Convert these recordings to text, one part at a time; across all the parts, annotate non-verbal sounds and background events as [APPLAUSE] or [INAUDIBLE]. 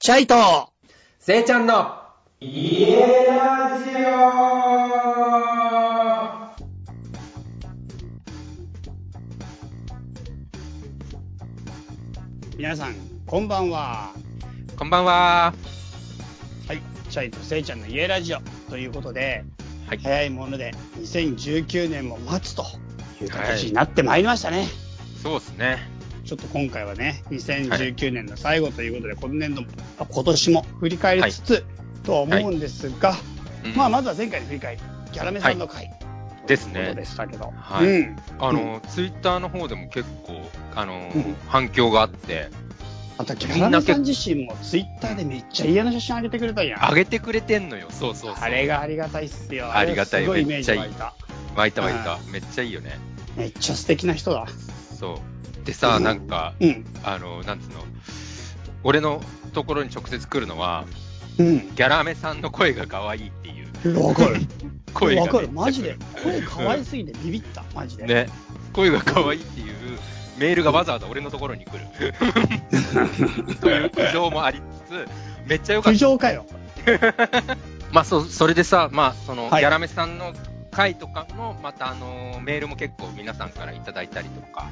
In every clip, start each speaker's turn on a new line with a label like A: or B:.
A: シャイト
B: せいちゃんの家ラジオ
A: 皆さん、こんばんは。
B: こんばんは。
A: はい、シャイとせいちゃんの家ラジオということで、
B: はい
A: 早いもので2019年も待つという形になってまいりましたね。
B: そうですね。
A: ちょっと今回はね、2019年の最後ということで、今年度も、あ今年も振り返りつつ、とは思うんですが、
B: うん
A: まあ、まずは前回の振り返り、ギャラメさんの回、
B: です
A: ということ
B: ね
A: で。したけど、
B: はい
A: うん、
B: あ
A: うん
B: の、ツイッターの方でも結構、あの
A: うん、
B: 反響があって、
A: あとギャラメさん自身もツイッターでめっちゃ嫌な写真上げてくれたやん。
B: 上げてくれてんのよ。そうそうそう。
A: あれがありがたいっすよ。
B: ありがた
A: あれ
B: い
A: すごいイメージ湧いた。
B: 湧いた湧いた
A: は。
B: めっちゃいいよね。
A: めっちゃ素敵な人だ。
B: そう。でさ、
A: うん
B: なんか、
A: うん。
B: あの、なんつうの、俺のところに直接来るのは、
A: うん。
B: ギャラメさんの声が可愛いっていう [LAUGHS]
A: わかる。
B: 声が
A: わか
B: めっちゃ来る。
A: る。マジで。声可愛すぎてビビった。マジで。
B: ね、声が可愛いっていうメールがわざわざ俺のところに来
A: [LAUGHS]
B: る。という苦情もありつつ、めっちゃ良かっ
A: 苦
B: た。
A: 情かよ。
B: まあ、そそれでさ、まあ、その、
A: はい
B: ギャラメさんの回とかの、また、あのーメールも結構皆さんからいただいたりとか、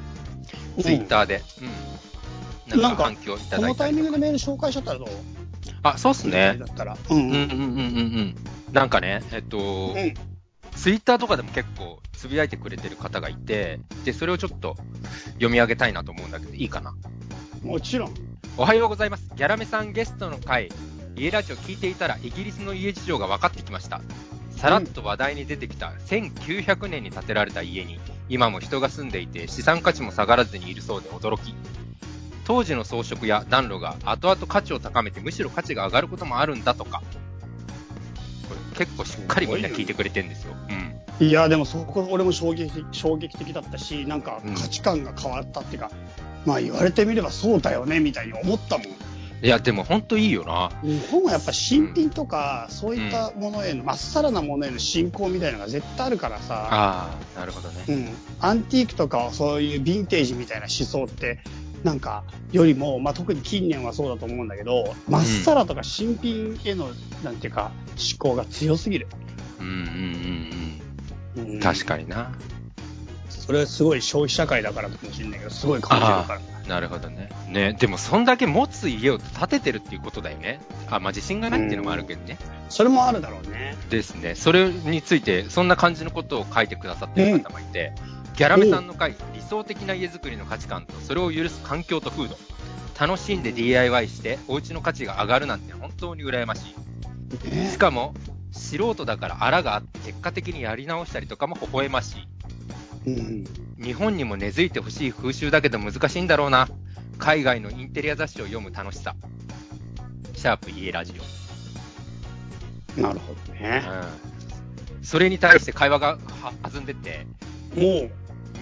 B: ツイッターで、う
A: な
B: ん。なんん
A: か
B: か反響いた
A: この
B: だい
A: タ
B: た
A: イ
B: り
A: ミ
B: と
A: ン
B: か。
A: グでメール紹介しちゃったらどう
B: あ、そうっすね
A: だ。ったら。うん
B: う
A: うん
B: うんう
A: ん。
B: んうんうん。なんかね、えっと、
A: うん。
B: ツイッターとかでも結構つぶやいてくれてる方がいて、で、それをちょっと読み上げたいなと思うんだけど、いいかな
A: もちろん。
B: おはようございます。ギャラメさんゲストの回、家ラジオ聞いていたらイギリスの家事情が分かってきました。さらっと話題に出てきた1900年に建てられた家に、今も人が住んでいて資産価値も下がらずにいるそうで驚き。当時の装飾や暖炉が後々価値を高めてむしろ価値が上がることもあるんだとか。これ結構しっかりみんな聞いてくれてるんですよ。うん。
A: いや、でもそこ、俺も衝撃衝撃的だったし、なんか
B: うん
A: 価値観が変わったっていうか、まあ言われてみればそうだよね、みたいに思ったもん。
B: いや、でもほんといいよな。
A: 日本はやっぱ新品とか、そういったものへの、まっさらなものへの信仰みたいなのが絶対あるからさ、
B: ああ、なるほどね。
A: うん、アンティークとかそういうヴィンテージみたいな思想ってなんかよりも、まあ、特に近年はそうだと思うんだけどまっさらとか新品への、なんていうか思考が強すぎる、
B: うんうんうん
A: うん
B: うん。確かにな。
A: それはすごい消費社会だからかもしれないけどすごい感じるから
B: なるほどね。ね、でもそんだけ持つ家を建ててるっていうことだよね。あ、まあ自信がないっていうのもあるけどね。
A: それもあるだろうね
B: ですね。それについて、そんな感じのことを書いてくださってる方がいて、ギャラメさんの会、理想的な家づくりの価値観と、それを許す環境と風土。楽しんで DIY して、お家の価値が上がるなんて本当に羨ましい。
A: ね
B: しかも、素人だから荒があって、結果的にやり直したりとかも微笑ましい。
A: うん、
B: 日本にも根付いてほしい風習だけど難しいんだろうな。海外のインテリア雑誌を読む楽しさ。シャープ家ラジオ。
A: なるほどね
B: うん。それに対して会話がは弾んでって、
A: も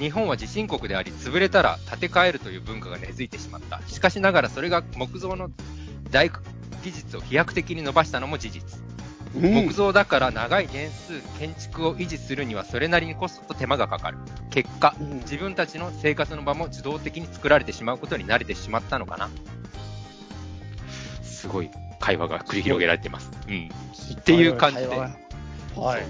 B: 日本は地震国であり、潰れたら建て替えるという文化が根付いてしまった。しかしながらそれが木造の大工技術を飛躍的に伸ばしたのも事実。
A: う、うん
B: 木造だから長い年数建築を維持するにはそれなりにコストと手間がかかる。結果、
A: うん
B: 自分たちの生活の場も自動的に作られてしまうことに慣れてしまったのかな。すごい会話が繰り広げられてます。うん。
A: って
B: ていう感じで
A: はい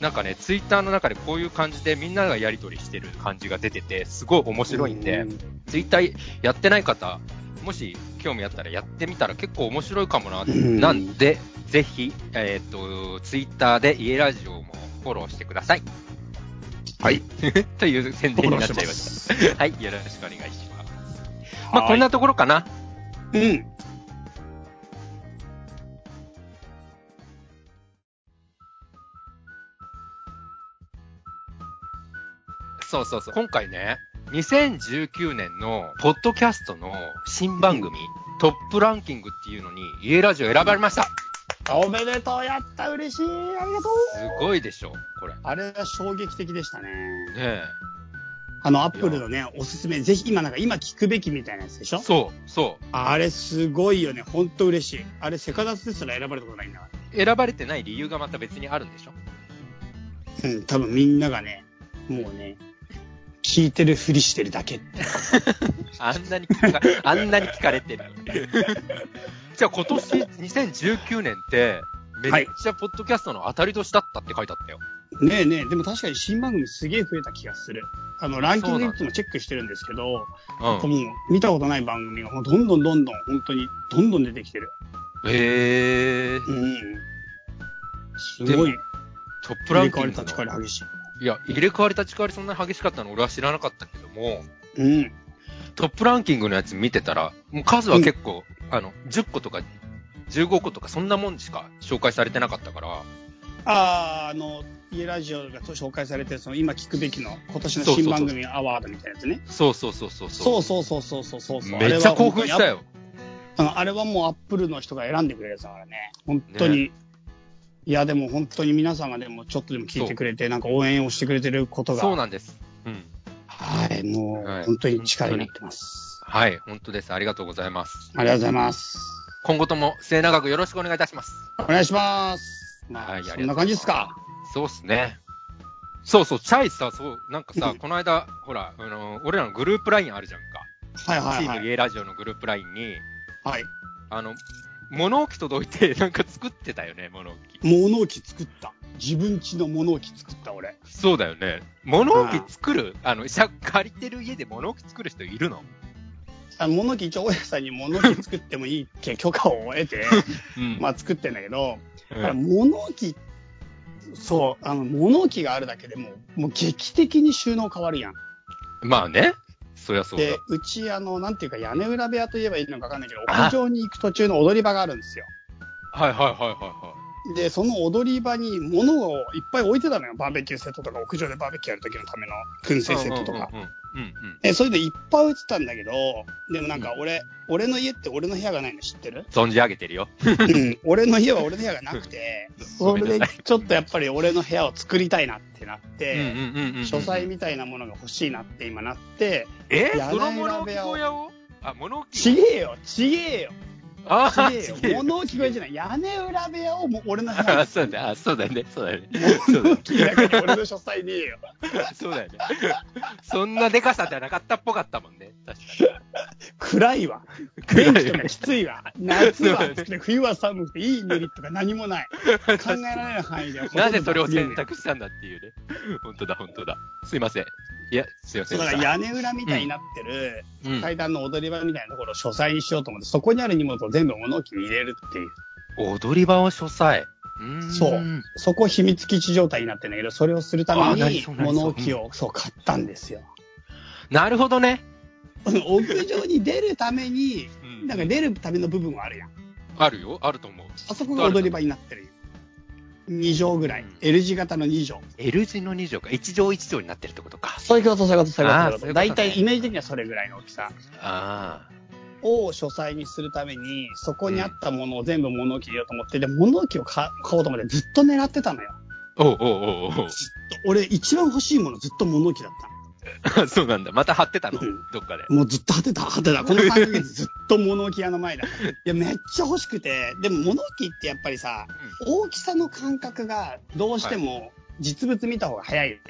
B: なんかね、ツイッターの中でこういう感じでみんながやりとりしてる感じが出てて、すごい面白いんで、ツイッターやってない方、もし興味あったらやってみたら結構面白いかもな。
A: うん
B: なんで、ぜひ、えっ、と、ツイッターで家ラジオもフォローしてください。
A: はい。
B: という宣伝になっちゃいました。はい。よろしくお願いします。まあ、こん
A: な
B: なところかな。
A: うん
B: そうそうそう。今回ね、2019年のポッドキャストの新番組、トップランキングっていうのに、家ラジオ選ばれました。す
A: おめでとうやった嬉しいありがとう
B: ごいでしょ、これ。ね
A: あれは衝撃的でしたね。
B: え。
A: あの、アップルのね、おすすめ、ぜひ今なんか今聞くべきみたいなやつでしょ
B: そう、そう。
A: あれすごいよね。ほんと嬉しい。あれ、セカダツですら選ばれたことないんだか
B: 選ばれてない理由がまた別にあるんでしょ
A: ら。うん、多分みんながね、もうね、聞いてるふりしてるだけ。
B: あんなに
A: [LAUGHS]
B: 聞か、あんなに聞かれてる。じゃあ今年2019年って、めっちゃポッドキャストの当たり年だったって書いてあったよ。
A: ねえねえ、でも確かに新番組すげえ増えた気がする。あの、ランキングいつもチェックしてるんですけど、
B: う
A: もう見たことない番組がもうどんどんどんどん、本当にどんどん出てきてる。
B: ん。へえ
A: う
B: ー。
A: ん。すごい、
B: トップ
A: プラ
B: ラン
A: ン
B: キ
A: カ
B: ン
A: ー
B: グ
A: 立ち替
B: の。
A: わり激しい。
B: いや、入れ替わり立ち替わりそんなに激しかったの俺は知らなかったけども、
A: うん。
B: トップランキングのやつ見てたら、もう数は結構、あの、10個とか15個とかそんなもんしか紹介されてなかったから、
A: あーあの、家ラジオが紹介されてる、その今聞くべきの今年の
B: そうそ
A: 新
B: うそう
A: 番組アワードみたいなやつね。
B: そうそうそうそう。
A: そううそうそうそうそうそうそう。
B: めっちゃ興奮した
A: よ。
B: よ。
A: うんあれはもうアップルの人が選んでくれるやつだからね。本当に。いや、でも本当に皆さんがでもちょっとでも聞いてくれて、なんか応援をしてくれてることが。
B: そうなんです。うん。
A: はい、もう、
B: はい
A: 本当に力になってます。
B: はい、本当です。ありがとうございます。
A: ありがとうございます。
B: 今後とも末永くよろしくお願いいたします。
A: お願いします。まあ、
B: はい
A: そんな感じですか。
B: そうっすね。そうそう、チャイさ、そう、なん
A: [LAUGHS]
B: かさ、この間、ほら、あの、俺らのグループラインあるじゃん
A: はい
B: か。
A: はい
B: チー
A: は
B: ム
A: い。
B: 家ラジオのグループラインに、
A: はい。
B: あの、物置届いて、なんか作ってたよね、物置。
A: 物置作った。自分家の物置作った、俺。
B: そうだよね。物置作る、あの、しゃ借りてる家で物置作る人いるの
A: あ物置、一応、大家さんに物置作ってもいいって許可を得
B: [LAUGHS]
A: て、
B: うん
A: まあ作ってんだけど、
B: う
A: だから
B: ん
A: 物置、そう、あの、物置があるだけでも、もう劇的に収納変わるやん。
B: まあね。そりゃそうだ
A: で。、うち、あの、なんていうか、屋根裏部屋といえばいいのかわかんないけど、屋上に行く途中の踊り場があるんですよ。
B: はいはいはいはいは
A: で、その踊り場に物をいっぱい置いてたのよ。バーベキューセットとか、屋上でバーベキューやる時のための燻
B: い。
A: 製セットとか
B: う。んうんうんうん。
A: え、それでいっぱい置いてたんだけど、でもなんか俺、俺の家って俺の部屋がないの知って
B: [LAUGHS]
A: る
B: 存じ上げてるよ。
A: うん。俺の家は俺の部屋がなくて、それでちょっとやっぱり俺の部屋を作りたいなってなっ
B: うん
A: て、
B: うんうんうんうん
A: 書斎みたいなものが欲しいなって今なって、
B: え
A: 屋
B: その
A: 根
B: 物
A: 裏部
B: 置
A: 屋を
B: 小屋をあ、物置
A: ちげえよ、ちげえよ、
B: あ
A: ち
B: ー
A: げえよ
B: ちげえ。よ
A: 物置小屋じゃない。屋根裏部屋をもう俺の部屋
B: あ
A: に、
B: そうだ、あ、そうだよね、そうだよね。そうだよね
A: 切り上げて俺の書斎でいいよ。
B: そうだよね。 [LAUGHS] そんなでかさじゃなかったっぽかったもんね。確
A: 暗いわ。
B: かに。
A: 電気とかきつ
B: [LAUGHS]
A: いわ。夏は暑くて、冬は寒くて、いい塗りとか何もない。考えられる範囲で。
B: [LAUGHS] なぜそれを選。択したんだっていう [LAUGHS] ね。本当だ、本当だ。すいません。いや、すいませ
A: そ
B: ん
A: う
B: で
A: だか
B: した。
A: ら屋根裏みたいになってる
B: うん
A: 階段の踊り場みたいなところを書斎にしようと思って、そこにある荷物を全部物置に入れるっていう。
B: 踊り場を書斎。うーん
A: そうそこ秘密基地状態になってるんだけど、それをするた
B: あ
A: め
B: なり
A: に
B: そうなりそう
A: 物置をそう買ったんですよ。
B: なるほどね。
A: 屋上に出るために、
B: うん
A: なんか出るための部分はあるやん。
B: あるよ、あると思う。
A: あそこが踊り場になってるよ。2畳ぐらい
B: うん。
A: L 字型の2畳。
B: L 字の2畳か。1畳1畳になってるってことか。
A: そういうこと、そういうこと、そういう
B: あ
A: こ
B: ーそういうことね
A: と。大体イメージ的にはそれぐらいの大きさ。
B: あ
A: を書斎にするために、そこにあったものを全部物置入れようと思って、で、物置を買買おうと思ってずっと狙ってたのよ。
B: あ。おうおうおうおう。
A: 俺、一番欲しいものずっと物置だった
B: あそう [LAUGHS] なんだ。また貼ってたの、
A: うん
B: どっかで。
A: の。もうずっと果てた、果てた。この3ヶ月ずっと物置屋の前だ。いや、めっちゃ欲しくて、でも物置ってやっぱりさ、大きさの感覚がどうしても実物見た方が早いよね。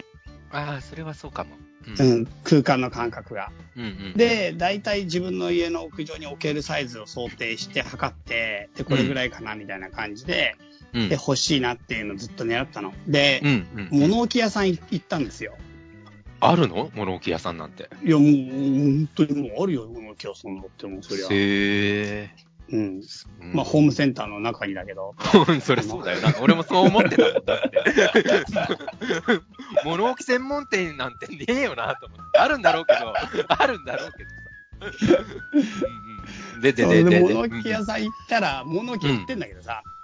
B: ああ、それはそうかも。うん
A: うん、空間の感覚が。
B: うんうん、
A: で、大体自分の家の屋上に置けるサイズを想定して測って、で、これぐらいかなみたいな感じで、
B: うん
A: で、欲しいなっていうのずっと狙ったの。で
B: う、んうん、
A: 物置屋さんい行ったんですよ。
B: あるの物置屋さんなんて。
A: いや、もう、本当にもうあるよ、物置屋さんだって、もうそりゃ。
B: へえ。
A: うん。
B: うん
A: まあ、ホームセンターの中にだけど。
B: それそうだよな。俺もそう思ってたもんだって。物置専門店なんてねえよなと思って。あるんだろうけど、あるんだろうけどさ。うんうんで、で、
A: それ
B: で、で、
A: で、
B: で。
A: 物置屋さん行ったら、物置売ってんだけどさ、
B: うん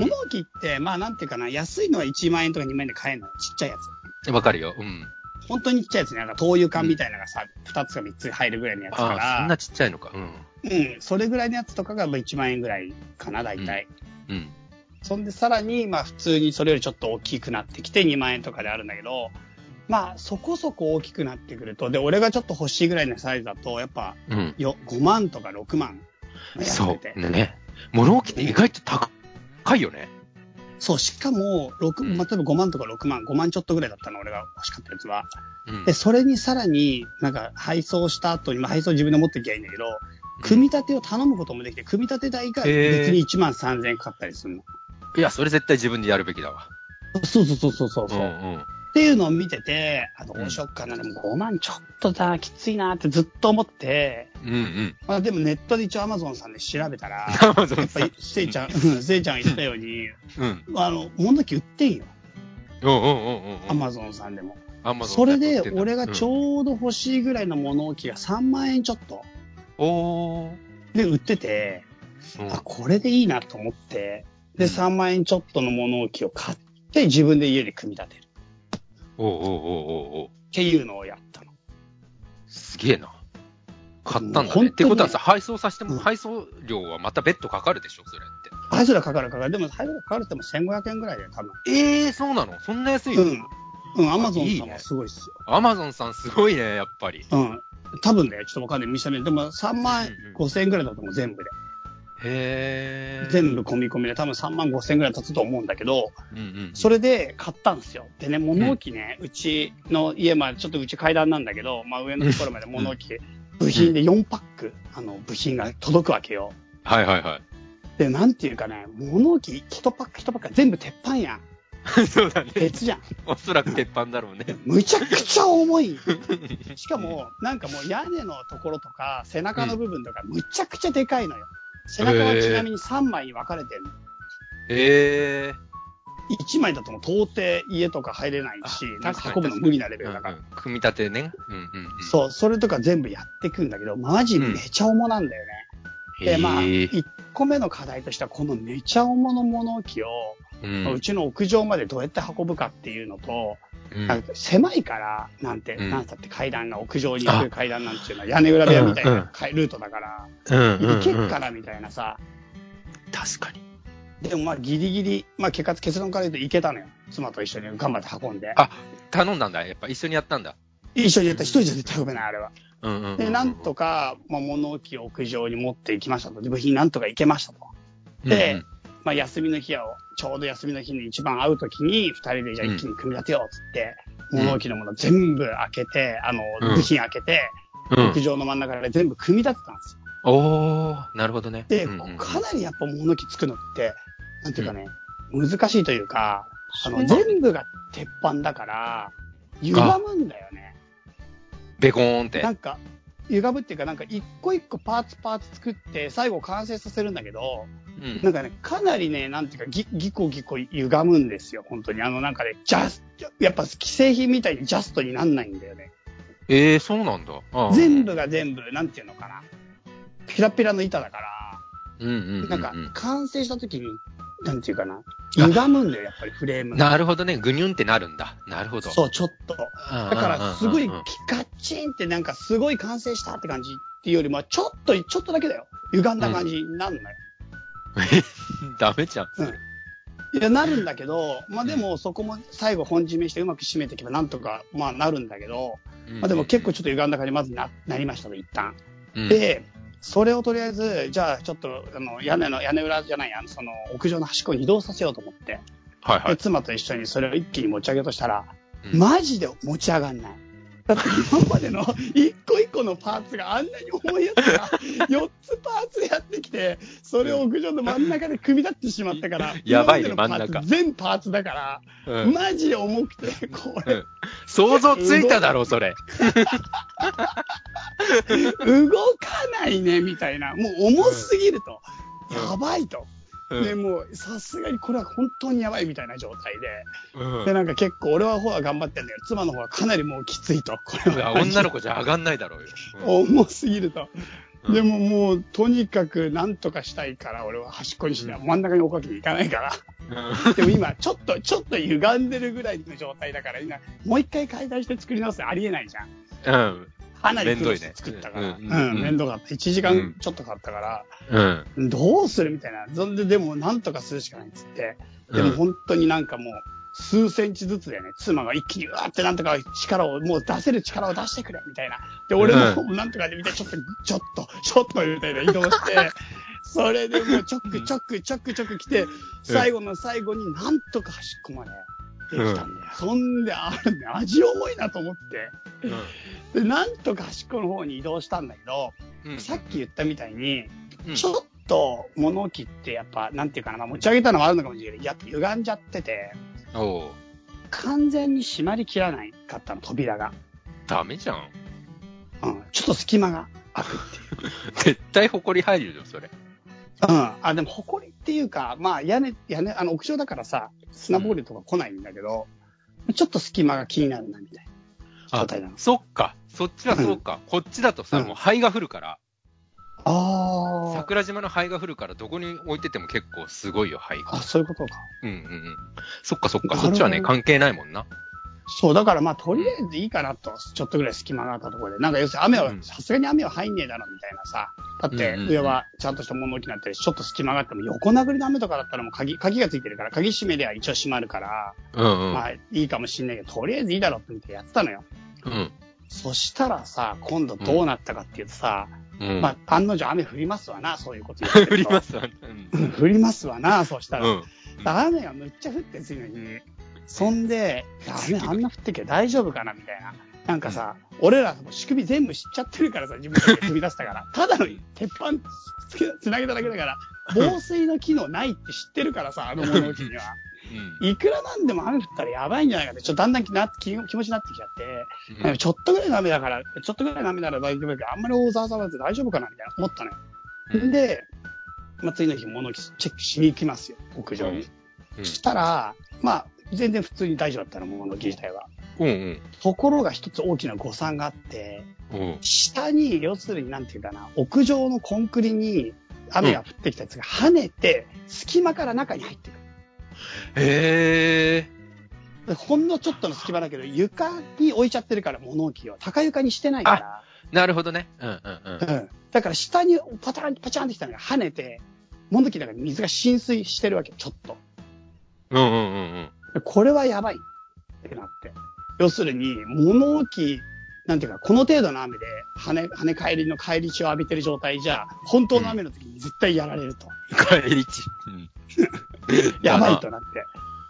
A: 物置って、まあ、なんていうかな、安いのは1万円とか2万円で買えるの。ちっちゃいやつ。
B: うんわかるよ。うん。
A: 本当にちっちゃいやつね。なんか、灯油缶みたいなのがさ、2つか3つ入るぐらいのやつか
B: ああ、そん
A: ら、
B: なちっちゃいのか。うん。
A: うん、それぐらいのやつとかがまあ1万円ぐらいかな、大体。
B: うん。
A: そんでさらに、まあ普通にそれよりちょっと大きくなってきて2万円とかであるんだけど、まあそこそこ大きくなってくると、で、俺がちょっと欲しいぐらいのサイズだと、やっぱ
B: うん。
A: よ5万とか6万。
B: そ
A: てて
B: う。ね。物置って意外と高いよね。
A: そう、しかも、六
B: うん
A: まあ、例えば5万とか6万、5万ちょっとぐらいだったの、俺が欲しかったやつは。
B: うん
A: で、それにさらに、なんか、配送した後に、まあ、配送自分で持ってきゃいいんだけど、組み立てを頼むこともできて、組み立て代が別に1万3000円かかったりするの。
B: いや、それ絶対自分でやるべきだわ。
A: そうそうそうそうそう。
B: うんうん。
A: っていうのを見てて、あ、ど
B: うん
A: うしよっかな、でも5万ちょっとだ、きついなってずっと思って、
B: うんうん。
A: まあ、でもネットで一応 Amazon さんで調べた
B: [LAUGHS]
A: ら、や
B: アマゾン
A: っぱ
B: さん
A: り。せいちゃん、うんせいちゃんが言ったように、
B: うん。
A: あの、物だけ売ってんよ。
B: うんうんうんうん。
A: アマゾンさんでも。
B: アマゾン
A: それで、俺がちょうど欲しいぐらいの物置が3万円ちょっと
B: うん、おー。
A: で売ってて、
B: うん
A: あ、これでいいなと思って、で、
B: うん
A: 3万円ちょっとの物置を買って、自分で家で組み立てるっ
B: おうおうおうおうおう
A: ていうのをやったの。
B: すげえな。買ったん
A: もう本
B: だ
A: 当
B: ね。
A: に
B: ってことはさ、配送させて
A: う
B: も、
A: ん
B: 配送料はまた別途かかるでしょ、それって。
A: ハイドラかかるかかる。でも、ハイドラかかるっても1500円ぐらいだよ、多分。
B: ええー、そうなのそんな安いの、
A: うん。うん、アマゾン
B: いい
A: さん
B: ね
A: はすごいっすよ。
B: アマゾンさんすごいね、やっぱり。
A: うん。多分だよ、ちょっとわかんない。見せない。でも、3万
B: うん
A: 5千円ぐらいだと思う、全部で。
B: へえ。
A: 全部込み込みで、多分3万5千円ぐらいだったと思うんだけど、
B: うんうん。
A: そ
B: れ、
A: れで買ったんですよ。でね、物置ね、うちの家、まあちょっとうち階段なんだけど、まあ上のところまで物置、部品で4パック、あの、部品が届くわけよ。
B: はいはいは
A: で、なんていうかね、物置1パック1パック全部鉄板やん。
B: い。 [LAUGHS] そうだね。
A: 鉄じゃん。
B: おそらく鉄板だろうね。
A: むちゃくちゃ重
B: [LAUGHS]
A: い。しかも、なんかもう屋根のところとか、背中の部分とか、むちゃくちゃでかいのよ。背中はちなみに3枚に分かれてるの。
B: へえ。
A: 1枚だともう到底家とか入れないし、
B: あ
A: なんか
B: 確
A: 運
B: かに
A: ぶの無理なレベルだから。
B: うんうん組み立てね。うんうんうん。
A: そう、それとか全部やっていくんだけど、マジめちゃ重なんだよね。で、まあ、
B: へえ
A: 1個目の課題としては、このめちゃ重の物置を、
B: う
A: うんちの屋上までどうやって運ぶかっていうのと、
B: うん
A: なんか狭いから、なんて、
B: うん
A: なんたって階段が屋上に行く階段なんていうのは屋根裏部屋みたいなかルートだから、
B: うんうんうん
A: 行けっからみたいなさ、
B: 確かに。
A: でもまあギリギリ、まあ結果結論から言うと行けたのよ。妻と一緒に頑張って運んで
B: あ。頼んだんだ。やっぱ一緒にやったんだ。
A: 一緒にやったら一人じゃ絶対運べない、あれは。
B: うんうんうん
A: で、なんとか、まあ、物置を屋上に持っていきましたと。で部品なんとか行けましたと。で、まあ、休みの日は、ちょうど休みの日に一番会うときに、二人でじゃあ一気に組み立てようっつって、
B: うん
A: 物置のもの全部開けて、あの
B: うん、
A: 部品開けて、
B: うんうんうん
A: 屋上の真ん中で全部組み立てたんですよ。
B: おー、なるほどね。
A: で、
B: うんうんうん
A: かなりやっぱ物置作るのって、なんていうかね、難しいというか、あの、
B: そう
A: 全部が鉄板だから、歪むんだよね。
B: ベコーンって
A: な。んか、歪むっていうか、なんか一個一個パーツパーツ作って、最後完成させるんだけど、
B: うん
A: なんかね、かなりね、なんていうか、ぎ、ぎこぎこ歪むんですよ、本当に。あの、なんかね、ジャスト、やっぱ既製品みたいにジャストになんないんだよね。
B: えー、そうなんだ。あー
A: 全部が全部、なんていうのかな。ピラピラの板だから、
B: うんうんうんうん
A: なんか、完成した時に、なんていうかな、歪むんだよ、やっぱりフレームが。
B: なるほどね。ぐにゅんってなるんだ。なるほど。
A: そう、ちょっと。
B: うんうんうんうん。
A: だから、すごい、ピ
B: うん [LAUGHS]
A: カチンって、なんか、すごい完成したって感じっていうよりも、ちょっと、ちょっとだけだよ。歪んだ感じになんのよ。
B: ダメじゃん。
A: いや、なるんだけど、まあでも、そこも最後本締めしてうまく締めていけばなんとか、まあなるんだけど、まあでも結構ちょっと歪んだ感じまずな、なりましたね、一旦。
B: うん、
A: で、それをとりあえず、じゃあちょっと、あの、屋根の、屋根裏じゃないや、その、屋上の端っこに移動させようと思って、
B: はいは
A: で
B: い。
A: 妻と一緒にそれを一気に持ち上げようとしたら、
B: うん
A: マジで持ち上がんない。だって今まで
B: [LAUGHS]
A: の一個一個のパーツがあんなに重いやつが4つパーツやってきて、それを屋上の真ん中で組み立ってしまったから、
B: やばいね
A: 今までのパー
B: 真ん中
A: ツ全パーツだから、
B: うん
A: マジで重くて、こ
B: う
A: れ、
B: ん想像ついただろう、それ。
A: 動かないね、みたいな。もう重すぎると。
B: うん
A: やばいと。
B: うん
A: で、もう、さすがにこれは本当にやばいみたいな状態
B: うん
A: で。で、なんか結構、俺は方は頑張ってんだけど、妻の方はかなりもうきついと。これ
B: う
A: は。
B: わ女の子じゃ上がんないだろうよ。うん
A: 重すぎると。
B: うん
A: でももう、とにかくなんとかしたいから、俺は端っこにしない。真ん中に置くわけにいかないから。
B: [LAUGHS]
A: でも今、ちょっと、ちょっと歪んでるぐらいの状態だから、今、もう一回解体して作り直すってありえないじゃん。
B: うん。
A: かなり苦労し
B: めんどいね
A: て作ったから、
B: う
A: うんん、
B: うん
A: 面倒かった。1時間ちょっとかかったから、
B: うん。
A: どうするみたいな。そんで、でも、なんとかするしかないっつって。でも、本当になんかもう、数センチずつでね、妻が一気にうわーってなんとか力を、もう出せる力を出してく
B: [LAUGHS]
A: れみたいな。で、俺の方もなんとかでみたいな、ちょっと、ちょっと、ちょっとみたいな移動して、それでもうちょくちょくちょくちょく来て、最後の最後になんとか端っこまでできたんだよ。そんで、あれね、味重いなと思って。で、なんとか端っこの方に移動したんだけど、
B: うん
A: さっき言ったみたいに、
B: うん
A: ちょっと物置ってやっぱ、なんていうかな、まあ持ち上げたのもあるのかもしれない。や、歪んじゃってて、
B: おう
A: 完全に閉まりきらないかったの、扉が。
B: ダメじゃん。
A: うん、ちょっと隙間が。
B: 絶対埃入るよ、それ。
A: うん。あ、でも、埃っていうか、まあ、屋根、屋根、あの、屋上だからさ、砂ぼうれとか来ないんだけど、ちょっと隙間が気になるな、みたいな状態なの。
B: そっか。そっちはそうか。こっちだとさ、
A: うん
B: もう灰が降るから。
A: ああ。
B: 桜島の灰が降るから、どこに置いてても結構すごいよ、灰が。
A: あ、そういうことか。
B: うんうんうん。そっかそっ
A: な
B: か。
A: るほ
B: そっ
A: ど
B: ちはね、関係ないもんな。
A: そう、だからまあ、とりあえずいいかなと、ちょっとぐらい隙間があったところで、なんか要するに雨は
B: う、ん
A: さすがに雨は入んねえだろ、みたいなさ。だって
B: うんうん、うん
A: 上はちゃんとした物置になってるし、ちょっと隙間があっても、横殴りの雨とかだったらもう鍵、鍵がついてるから、鍵閉めりゃ一応閉まるから、
B: うんうん。
A: まあ、いいかもしんないけど、とりあえずいいだろって見てやってたのよ。
B: うん。
A: そしたらさ、今度どうなったかっていうとさ、
B: うん。
A: まあ、案の定雨降りますわな、そういうこと言って。
B: [LAUGHS] 降りますすわね。
A: うん降りますわな、そうした
B: う
A: ら。
B: ん。
A: 雨がむっちゃ降って強いのに、そん
B: [LAUGHS]
A: で、いや雨あんな降ってきゃ大丈夫かなみたいな。なんかさ、俺らもう仕組み全部知っちゃってるからさ、自分たちで踏み出したから。 [LAUGHS] ただの鉄板つけつなげただけだから、防水の機能ないって知ってるからさ、あの物置には。
B: うん
A: いくらなんでも雨降ったらやばいんじゃないかって、ちょっとだんだんきな気気持ちになってきちゃって、
B: う
A: で
B: ん
A: もちょっとぐらいの雨だから、ちょっとぐらいの雨なら大丈夫だけど、あんまり大ざわざわず大丈夫かなみたいな思ったのよ。
B: うん。
A: で、まあ、次の日物置チェックしに行きますよ、屋上に。
B: うん
A: したら、まあ、全然普通に大丈夫だったの、物置自体は。
B: うん
A: ところが一つ大きな誤算があって、
B: うん。うん。
A: 下に、要するになんていうかな、屋上のコンクリに雨が降ってきたやつが跳ねて、隙間から中に入ってくる。
B: へえ。
A: でほんのちょっとの隙間だけど、床に置いちゃってるから、物置を。高床にしてないか
B: なるほどね。うんうん
A: ら。うん。だから下にパターン、パチャンってきたのが跳ねて、物置の中に水が浸水してるわけ、ちょっと。
B: うん。うんうんうんうん。
A: でこれはやばいってなって。要するに、物置、なんていうか、この程度の雨で、跳ね、跳ね返りの返り血を浴びてる状態じゃ、本当の雨の時に絶対やられると。
B: 帰りち。うん
A: やばいとなって。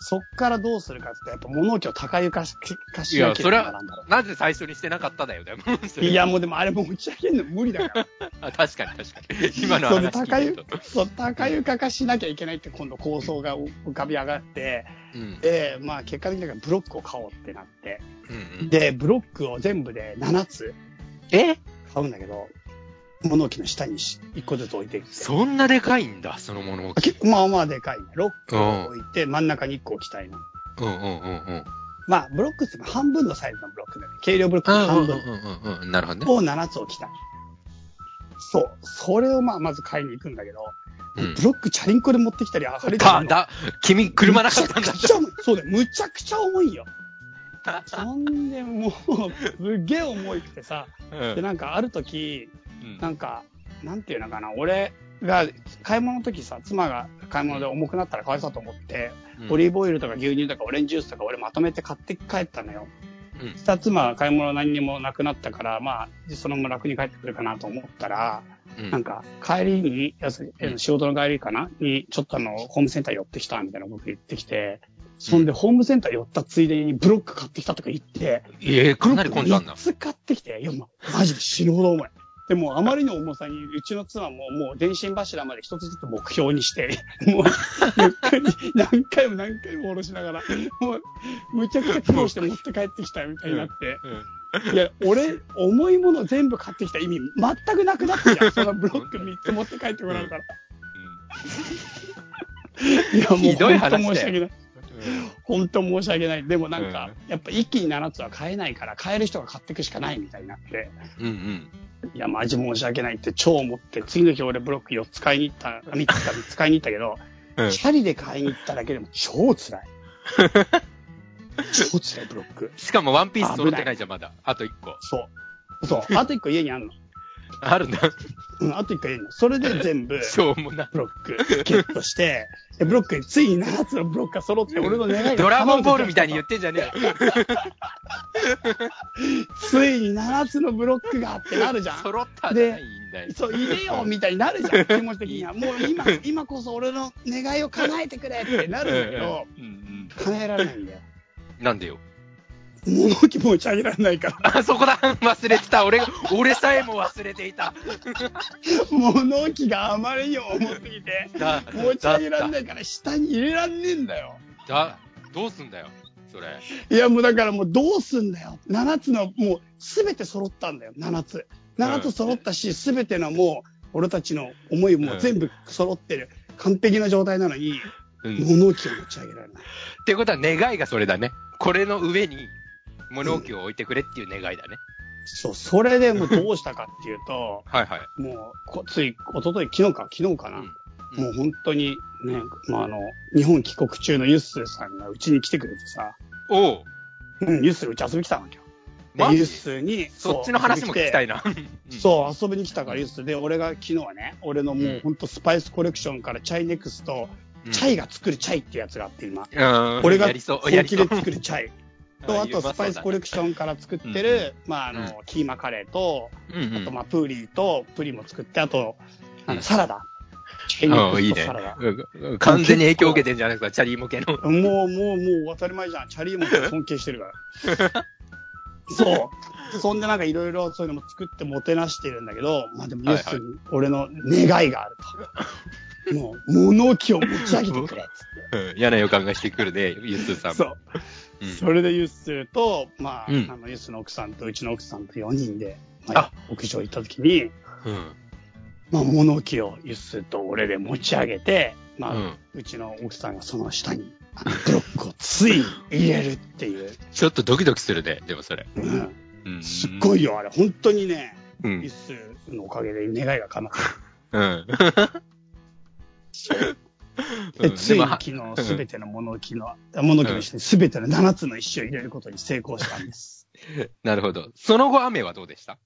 A: そっからどうするかって言ったらやっぱ物置を高床し化しなきゃならなんだろう。
B: なぜ最初にしてなかっただよ、でも。それ
A: いや、もうでもあれもう打ち上げるの無理だから。
B: あ確かに確かに。今の
A: そう
B: 話
A: で高
B: 聞いてる
A: 床、そう、高床化しなきゃいけないって今度構想が浮かび上がって、
B: と。うん。
A: で、まあ結果的にだからブロックを買おうってなって、
B: うん
A: で、ブロックを全部で7つ、
B: え
A: 買うんだけど、物置の下にし一個ずつ置いていって。
B: そんなでかいんだ、そのもの置き。
A: 結構まあまあでかいね。6
B: う
A: 個
B: ん。うん
A: 置いて、真ん中に1個置きたいの。
B: うんうんうん。
A: まあ、ブロックって言っても半分のサイズのブロックだね。軽量ブロック
B: う
A: の
B: ん
A: 半
B: うん
A: 分
B: うんうんうん。なるほどね。
A: を7つ置きたい。そう。それをまあ、まず買いに行くんだけど、
B: うん
A: ブロックチャリンコで持ってきたり、あれ
B: ただ、君、車なかったん
A: [LAUGHS]
B: だ
A: むちゃくちゃ重い。そうだよ。むちゃくちゃ重い
B: [LAUGHS]
A: よ。そんでもう、すげえ重いくてさ。
B: うん
A: で、なんかある時、
B: うん
A: なんか、なんていうのかな、俺が買い物の時さ、妻が買い物で重くなったらかわいそうと思って、
B: うん
A: オリーブオイルとか牛乳とかオレンジジュースとか俺まとめて買って帰ったのよ。
B: うん
A: そしたら妻は買い物何にもなくなったから、まあ、そのまま楽に帰ってくるかなと思ったら、
B: うん
A: なんか、帰りに、要するにえ
B: う
A: ー
B: ん
A: 仕事の帰りかなに、ちょっとあの、ホームセンター寄ってきたみたいなこと言ってきて、そんで、ホームセンター寄ったついでにブロック買ってきたとか言って、
B: ええ、かなり混んだんだ
A: 3。つ買ってきて、いや、ま、マジで死ぬほど重い。でも、あまりの重さに、うちの妻も、もう、電信柱まで一つずつ目標にして、 [LAUGHS] もう、ゆっくり、何回も何回も下ろしながら、もう、むちゃくちゃ苦労して持って帰ってきたみたいになって、
B: うん
A: いや、俺、重いもの全部買ってきた意味、全くなくなった
B: [LAUGHS]
A: じゃん。そのブロック3つ持って帰ってこられたら。いや、もう、
B: ひどい話だよ
A: 本当申し訳ない。本当申し訳ない。でもなんか、やっぱ一気に7つは買えないから、買える人が買っていくしかないみたいになって。
B: うんうん。
A: いや、マジ申し訳ないって超思って、次の日俺ブロック4つ買いに行った、3つか3つ買いに行ったけど、
B: うん
A: チャリで買いに行っただけでも超辛い。
B: [LAUGHS]
A: 超辛いブロック。
B: しかもワンピース揃ってないじゃん、まだ。あと一個。
A: そう。そう。あと1個家にあるの。
B: あるんだ。
A: うん、あと一回言うの。それで全
B: [LAUGHS]
A: 部、
B: しょう
A: [LAUGHS]
B: もな。
A: ブロック、ゲットして、でブロックについに7つのブロックが揃って、俺の願いが
B: ドラゴンボールみたいに
A: 叶う
B: 言ってんじゃねえよ。
A: [LAUGHS] ついに7つのブロックがってなるじゃん。
B: 揃ったじゃないんだよ。
A: そう、入れようみたいになるじゃん、気持ち的には。もう今、今こそ俺の願いを叶えてくれってなるんだけど、
B: うんうん
A: 叶えられないんだよ。
B: なんでよ。
A: 物置持ち上げられないから。
B: あ、そこだ [LAUGHS] 忘れてた俺が、俺さえも忘れていた
A: 物置があまりにも重すぎて、
B: だ、
A: [LAUGHS] 持ち上げられ
B: だ
A: ないから下に入れらんねえんだよ。
B: だ、どうすんだよ、それ。
A: いや、もうだからもうどうすんだよ。7つの、もうすべて揃ったんだよ、7つ。7つ揃ったし、すべてのもう、俺たちの思いも全部揃ってる。完璧な状態なのに、
B: うん。っ
A: 物置を持ち上げられない。
B: てことは願いがそれだね。これの上に物置を置いてくれっていう願いだね。
A: そう、それでもうどうしたかっていうと、
B: はいはい。
A: もう、こつい、一昨日昨日か、昨日かな。
B: うん
A: もう本当に、ね、まあ、あの、日本帰国中のユッスーさんがうちに来てくれてさ、
B: おお
A: うん、ユッスーうち遊びに来たわけよ。
B: マ
A: で、
B: ジ
A: ユッスーに、
B: そっちの話も聞きた
A: い。
B: いな。
A: そう、遊びに来たからユッスーで、俺が昨日はね、俺のも
B: うん
A: う本当スパイスコレクションからチャイネクスト、
B: うん。
A: チャイが作るチャイってやつがあって今。
B: うん。
A: 俺が
B: やりそう、
A: 本
B: やり
A: 気
B: そ
A: で
B: う。
A: 作るチャイ
B: [LAUGHS]
A: と、あとスパイスコレクションから作ってる、まあ、あの、キーマカレーと、
B: ョン。うんう
A: あと、
B: ん。
A: まあ、プーリーとプリも作って、あと、なん
B: う
A: だ
B: ん
A: サラダ。チ
B: あ
A: ェ
B: あ、
A: リ
B: い
A: ー
B: い
A: クスト
B: ね
A: サラダ。。
B: うん完全に影響を受けてんじゃないですか、チャリーモ系の。
A: もう、もう、もう当たり前じゃん。チャリーモン尊敬してるから。 [LAUGHS] そう。そんでなんかいろいろそういうのも作ってもてなしてるんだけど、まあでも、
B: は
A: 要
B: いはい
A: するに俺の願いがあると。もう、物置を持ち上げてくれっつっ
B: うん嫌な予感がしてくるね、ゆすーさ
A: て。
B: ん
A: そ
B: も。
A: う。
B: うん
A: それでユッスーと、まあ、
B: うん
A: あの、ユッスーの奥さんとうちの奥さんと4人で、まあ
B: あ、
A: 屋上行った時に、
B: うん。
A: まあ、物置をユッスーと俺で持ち上げて、まあ、
B: う
A: うんちの奥さんがその下に、あのブロックをついに入れるっていう。
B: ちょっとドキドキするね、でもそれ。
A: うん
B: うん
A: すっごいよ、あれ。本当にね、
B: う
A: ユッ
B: ん。
A: スーのおかげで願いが叶っ
B: うん。
A: て、
B: うん
A: つい
B: で
A: に
B: もは
A: 昨日、すべての物置の、物置の石にすべての7つの石を入れることに成功したんです。
B: なるほど。その後雨はどうでした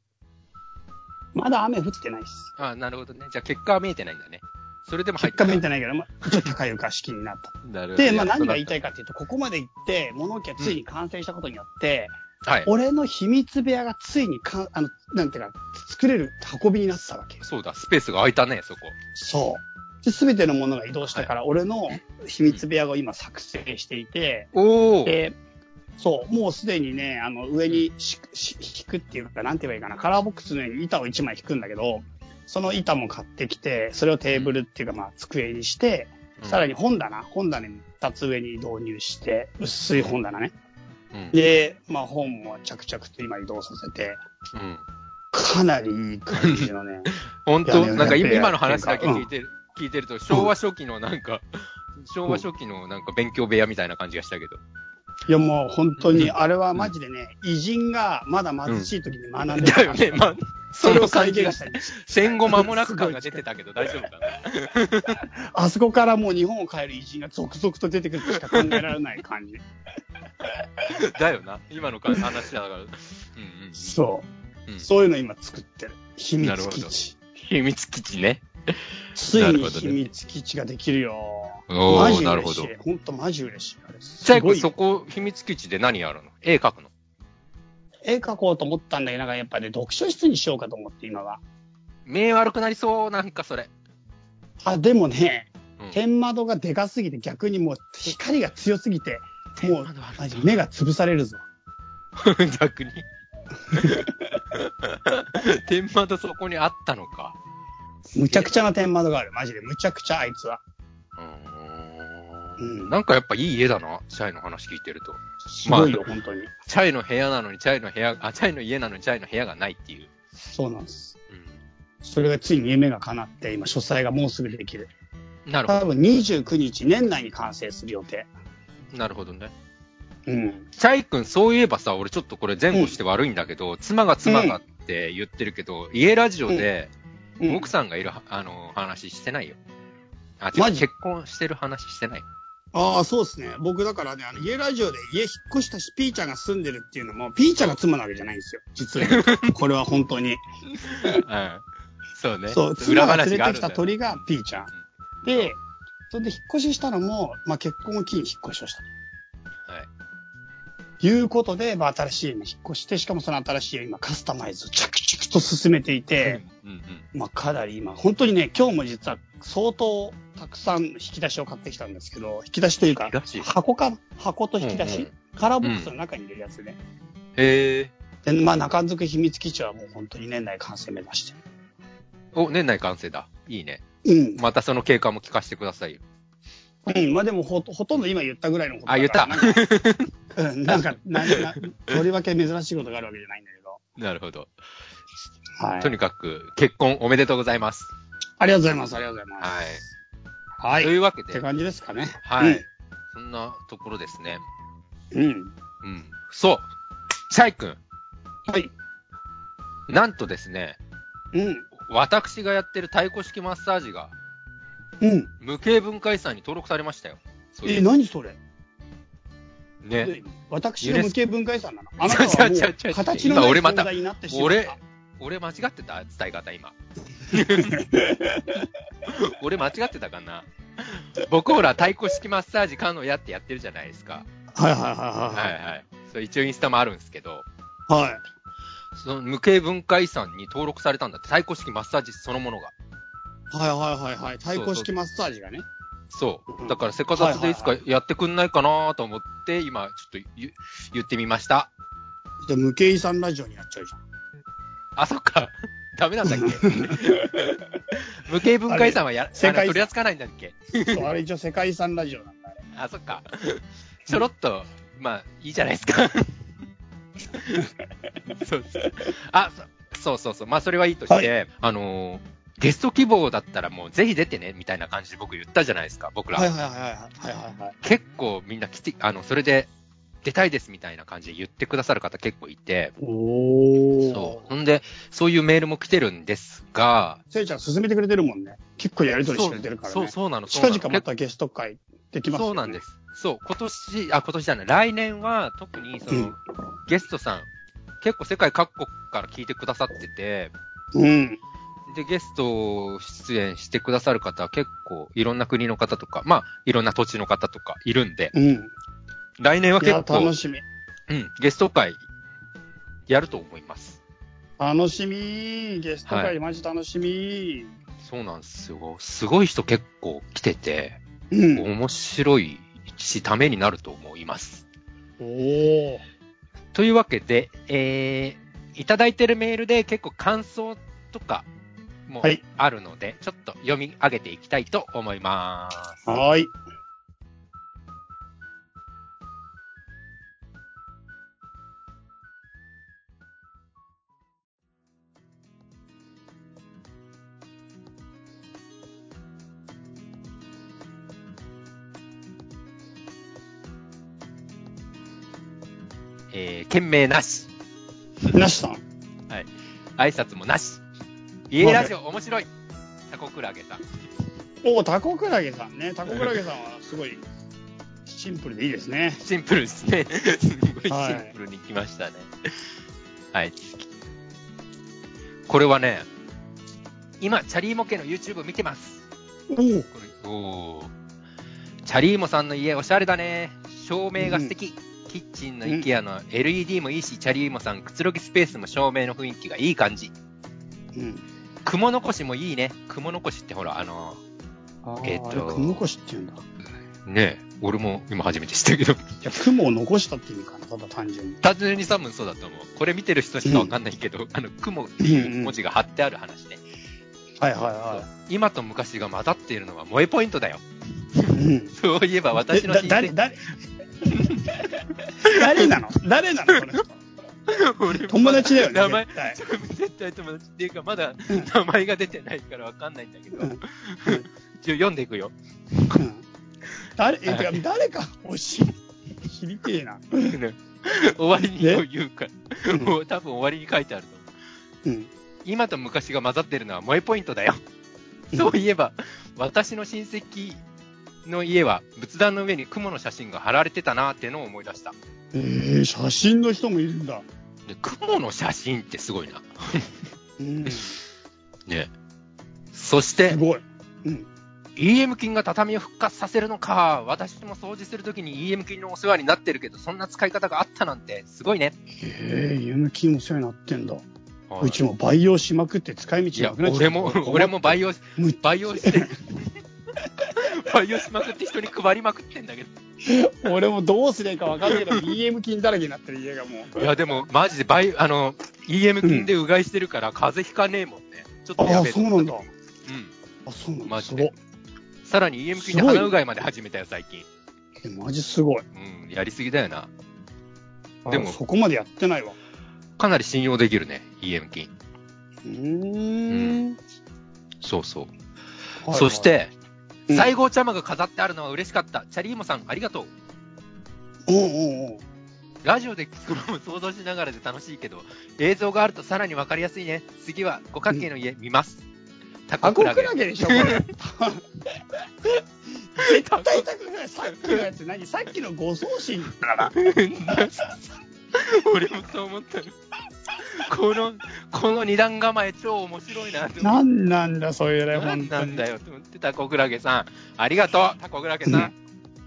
A: まだ雨降ってないです。
B: あなるほどね。じゃあ結果は見えてないんだね。それでも入っ
A: 結
B: た
A: 果見えてないけど、まあ、ちょっと高い床式になったと。
B: なるほど。
A: で、まあ何が言いた
B: い
A: いかっていうと、ここまで行って、物置がついに完成したことによって、
B: はい。
A: 俺の秘密部屋がついにか、あの、なんていうか、作れる運びになってたわけ。
B: そうだ、スペースが空いたね、そこ。
A: そう。で、すべてのものが移動したから、俺の秘密部屋を今作成していて、
B: おお。
A: で、そう、もうすでにね、あの、上にしし引くっていうか、なんて言えばいいかな、カラーボックスの上に板を1枚引くんだけど、その板も買ってきて、それをテーブルっていうか、まあ、机にして、さらに
B: に。
A: 本棚、本棚に2つ上に導入して、薄い本棚ね。
B: うん。
A: で、まあ、本も着々と今移動させて、
B: うん
A: かなりいい感じのね、
B: 本当
A: いや
B: なんか
A: やっぱ
B: 今
A: り
B: 今の話だけ聞いてる、聞いてると、昭和初期のなんか、昭和初期のなんか勉強部屋みたいな感じがしたけど。
A: いやもう本当に、あれはマジでね、偉人がまだ貧しい時に学んで
B: だ
A: た、
B: [LAUGHS] よね、まあ、
A: [LAUGHS] それを再
B: その感じが
A: 現
B: し
A: したたり、
B: 戦後間もなく感が出てたけど大丈夫かな。
A: あそこからもう日本を変える偉人が続々と出てくるとしか考えられない感じ。
B: だよな、今の感じ話だから。うんうんうん。
A: そうう、
B: ん
A: そういうの今作ってる。秘
B: なる
A: 密
B: ほど
A: 基地。
B: 秘密基地ね。
A: つ
B: ないる
A: に
B: ほどね
A: 秘密基地ができるよ。
B: おー
A: マジ
B: なるほ
A: 嬉し
B: ど
A: い。本当マジ嬉しい。あれ
B: チャ
A: す
B: イコ
A: ごい
B: そこ、秘密基地で何やるの絵描くの
A: 絵描こうと思ったんだけど、なんかやっぱね、読書室にしようかと思って今は。
B: 目悪くなりそう、なんかそれ。
A: あ、でもね、
B: うん
A: 天窓がでかすぎて逆にもう光が強すぎて、もう
B: 天窓ある
A: マジ目が潰されるぞ。
B: [LAUGHS] 逆に。 [LAUGHS] 天窓そこにあったのか。
A: むちゃくちゃな天窓がある。マジで。むちゃくちゃあいつは。
B: うー。
A: うんん
B: なんかやっぱいい家だな、チャイの話聞いてると。
A: すごいよ、本当に。
B: チャイの部屋なのにチャイの部屋、あ、チャイの家なのにチャイの部屋がないっていう。
A: そうなんです。
B: う
A: それがついに夢が叶って、今、書斎がもうすぐできる。
B: ん。なるほ
A: 多分29日、年内に完成する予定。
B: ど。なるほどね。
A: うん。
B: チャイ君、そういえばさ、俺ちょっとこれ前後して悪いんだけど、妻が妻がって言ってるけど、家ラジオで
A: うん
B: 奥さんがいるは、あの、話してないよ。あ、違う、
A: マジ [LAUGHS]
B: 結婚してる話してない。
A: ああ、そうですね。僕だからね、あの、家ラジオで家引っ越したし、ピーちゃんが住んでるっていうのも、ピーちゃんが妻なわけじゃないんですよ。実は。これは本当に。
B: うん。そうね。
A: そう、妻
B: 裏
A: が
B: 話
A: 連
B: が
A: れて
B: ある
A: き
B: んだ
A: た
B: よ。
A: 鳥がピーちゃん。で、それで引っ越ししたのも、まあ、結婚を機に引っ越しをした。
B: はい。
A: いうことで、まあ、新しい家に引っ越して、しかもその新しい家、今、カスタマイズを着々と進めていて、
B: うんうん。
A: まあ、かなり今、本当にね、今日も実は相当たくさん引き出しを買ってきたんですけど、引き出しというか
B: 引き出し、
A: 箱か、箱と引き出し、
B: うんうん
A: カラーボックスの中に入れるやつで、
B: へえ。
A: で、まあ、中付秘密基地はもう本当に年内完成目指して。
B: お、年内完成だ。いいね。
A: うん。
B: またその経過も聞かせてくださいよ。
A: うん、まあでもほと、ほとんど今言ったぐらいのこと
B: あ、言った。
A: なんかうん、なんか、ななとりわけ珍しいことがあるわけじゃないんだけど。
B: [LAUGHS] なるほど。
A: はい。あ
B: と
A: り
B: にかく、結婚おめでとうございます。
A: がとうございます、ありがとうございます。
B: はい。
A: はい。
B: というわけ
A: って
B: で、
A: 感じですかね。
B: はい、そんなところですね。
A: うん。うん。
B: うん。そうシャイ君
A: はい。
B: なんとですね、
A: うん。
B: 私がやってる太鼓式マッサージが、
A: うん。
B: 無形文化遺産に登録されましたよ。そうい
A: え、
B: う
A: 何それ
B: ね。
A: 私
B: ユ
A: が
B: ネス
A: 無形文化遺産なの
B: [LAUGHS]
A: あなたはも
B: 違う違う違う違
A: う
B: う
A: 形のない
B: 今俺ま
A: 存
B: た
A: 在になってしまった。
B: 俺、俺間違ってた伝え方、 [LAUGHS] 今。俺間違ってたかな僕ほら、太鼓式マッサージ可能やってやってるじゃないですか。
A: はい
B: はい
A: は
B: はい。それ一応インスタもあるんですけど、
A: いはいはい。はい。
B: その無形文化遺産に登録されたんだって、太鼓式マッサージそのものが。
A: はいはいはいはい。太鼓式マッサージがね。
B: そう。だから、せかさつでいつかやってくんないかなと思って、今、ちょっと言言ってみました。
A: じゃあ無形遺産ラジオにやっちゃうじゃん。
B: あ、そっか。 [LAUGHS] ダメなんだっけ無形文化遺産はやあ
A: 世界遺産
B: の取り扱わないんだっけ
A: そう、
B: [LAUGHS]
A: あれ一応世界遺産ラジオなんだ、ね。
B: あ、そっ [LAUGHS] か。ちょろっと、まあ、いいじゃないです [LAUGHS] か。そうそう。あ、そそうそうそう。まあ、それはいいとして、あのーゲスト希望だったらもうぜひ出てね、みたいな感じで僕言ったじゃないですか、僕ら。
A: はいはいはいはいはいはい。
B: 結構みんな来て、あの、それで出たいですみたいな感じで言ってくださる方結構いて、
A: お
B: そう。ほんで、そういうメールも来てるんですが、
A: せいちゃん進めてくれてるもんね。結構やりとりしてくれてるからね。
B: そう、そうなの、そう
A: 近
B: なの。
A: 々またゲスト会できますよね。
B: そうなんで。す。そう、今年、あ、今年じゃない、来年は特にその、
A: うん
B: ゲストさん、結構世界各国から聞いてくださってて、
A: うん。
B: で、ゲスト出演してくださる方は結構いろんな国の方とか、まあ、いろんな土地の方とかいるんで、
A: うん。
B: 来年はい結
A: や、
B: 構
A: 楽、しみ。
B: うん、ゲスト会、やると思います。
A: 楽しみ。ゲスト会、
B: はい
A: マジ楽しみ。
B: そうなんですよ。すごい人結構来てて、
A: うん。
B: 面白いし、ためになると思います。
A: おお。
B: というわけで、えー、いただいてるメールで結構感想とかも
A: はい
B: あるので、ちょっと読み上げていきたいと思います。
A: はーい。
B: えー、件名なし。
A: なしさん。
B: 挨拶もなし。家ラジオ面白い。タコクラゲさん。
A: おお、タコクラゲさんね。タコクラゲさんはすごいシンプルでいいですね。
B: シンプルですね。すごいシ
A: はい
B: ンプルに来ましたね。はい。これはね、今、チャリーモ家の YouTube 見てます。
A: おお。
B: これおーチャリーモさんの家おしゃれだね。照明が素敵。キッチンの
A: うん
B: IKEA の LED もいいし、チャリーモさんくつろぎスペースも照明の雰囲気がいい感じ。
A: うん。
B: 雲のこしもいいね。雲のこしってほら、あの
A: あ
B: えっと
A: あれ雲越しっていうんだ。
B: ーねえ、俺も今初めて知ったけど。
A: いや、雲を残したっていう意味かな。ただ単純に。
B: 単純に多分そうだと思う。これ見てる人しかわかんないけど、あの、雲っていう文字が貼ってある話ね。
A: はいはい
B: そう今と昔が混ざっているのは萌えポイントだよ。
A: い。うん。
B: そういえば私の
A: えだ誰
B: 親戚、
A: 誰 [LAUGHS] 誰なの誰な [LAUGHS] のこの人
B: 俺も
A: 友達だよね
B: 名前、
A: 絶対
B: 絶対友達っていうか、まだ名前が出てないからわかんないんだけど、
A: うん
B: 一応読んでいくよ。
A: うん誰え、てか誰か欲しい知りてえな、
B: [LAUGHS] 終わりにというか、
A: うん
B: もう [LAUGHS] 多分終わりに書いてあると思う。
A: うん、
B: 今と
A: [LAUGHS]
B: 昔が混ざってるのは萌えポイントだよ。そういえば、私の親戚の家は仏壇の上に雲の写真が貼られてたなってのを思い出した。
A: えー、写真の人もいるんだ。
B: で雲の写真ってすごいな。
A: [LAUGHS] うん、す
B: ねそして、
A: ごい。うん。
B: EM 菌が畳を復活させるのか。私も掃除するときに EM 菌のお世話になってるけど、そんな使い方があったなんて、すごいね。
A: えー、夢金も世話になってんだ。うちも培養しまくって使い
B: い
A: 道
B: や
A: なくな、っちゃ
B: 俺
A: った [LAUGHS]
B: も、俺も培養し
A: むっ、
B: 培養して [LAUGHS] る。培養しまくって人に配りまくってんだけど。
A: 俺もどうすりゃいいか分かんないけど、EM 菌だらけになってる家がもう。
B: いや、でも、マジで培、あの、EM 菌でうがいしてるから、風邪ひかねえもんね。ちょっと [LAUGHS] や
A: ああ、
B: べえと
A: そう
B: 思
A: なんだ。
B: った。うん。
A: あ、そうなんだ。
B: マジ
A: す
B: で
A: ごい。
B: さらに EM 菌で鼻うがいまで始めたよ、最近。
A: えマジすごい。
B: うん、やりすぎだよな。
A: あ
B: でも
A: そこまでやってないわ。
B: かなり信用できるね、EM 菌。
A: うーん。
B: そうそう。
A: はい
B: そし、て、
A: うん
B: 西郷ちゃまが飾ってあるのは嬉しかった。チャリーモさん、ありがとう。
A: おうおうおう
B: ラジオで聞くのも想像しながらで楽しいけど、映像があるとさらにわかりやすいね。次は五角形の家見ます。タ
A: タ
B: コ
A: コ
B: クラ
A: ク
B: ゲ。
A: ラゲでし
B: [LAUGHS]
A: ょ、これ。絶対タコクラゲ。さっきのやつ何さっきの誤送信だから。
B: [LAUGHS] 俺もそう思ったの。この、この二段構え超面白いなって思って。
A: 何なんだ、そういうね、
B: な
A: 本
B: ん
A: 当
B: な
A: に
B: ん。だよと思って、タコクラゲさん。ありがとう、タコクラゲさん。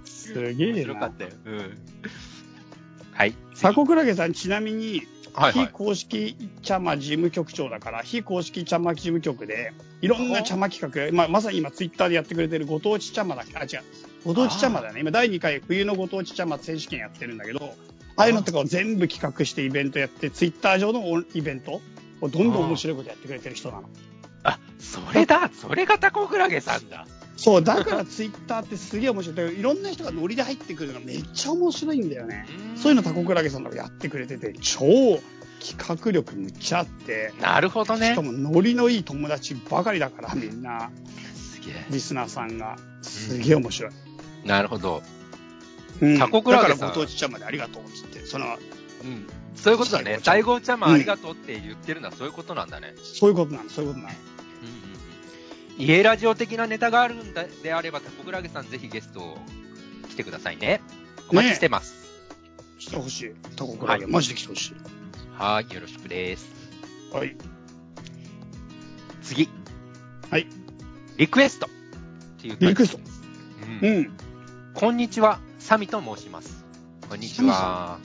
A: す
B: 面
A: げえ
B: 白か
A: な
B: っ。たよ。うん。はい。
A: タコクラゲさん、ちなみに、
B: はいは
A: 非
B: い。
A: 公式茶間事務局長だから、非公式茶間事務局で、いろんな茶間企画、まあ、まさに今、ツイッターでやってくれてるご当地茶間だっけあ、違う。ご当地茶間だね。今、第2回冬のご当地茶間選手権やってるんだけど、ああいうのとかを全部企画してイベントやって、ツイッター上のオンイベントをどんどん面白いことやってくれてる人なの。
B: あ、それだそれがタコクラゲさんだ
A: そう、だからツイッターってすげえ面白い。だからいろんな人がノリで入ってくるのめっちゃ面白いんだよね。そういうのタコクラゲさんとかやってくれてて、超企画力むっちゃあって、
B: なるほどね
A: しか。もノリのいい友達ばかりだから、みんな、
B: すげえ。
A: リスナーさんが。すげえ面白い。
B: なるほど。
A: うん
B: タコクラゲさ
A: だ
B: ん
A: からご当地茶までありがとうっつって、その、
B: うん。そういうことだね。大
A: 西
B: 郷ちゃまありがとうって言ってるのはそういうことなんだね。
A: そういうことなの、そういうことなの。
B: うんうんうん。家ラジオ的なネタがあるんだであれば、タコクラゲさんぜひゲストを来てくださいね。お待ちしてます。
A: 来てほしい。タコクラゲ、マジで来てほしい。
B: はーい、よろしくです。
A: はい。
B: 次。
A: はい。
B: リクエストっていう
A: リクエスト
B: う。
A: うんん。
B: こんにちは、サミと申します。こんにちは。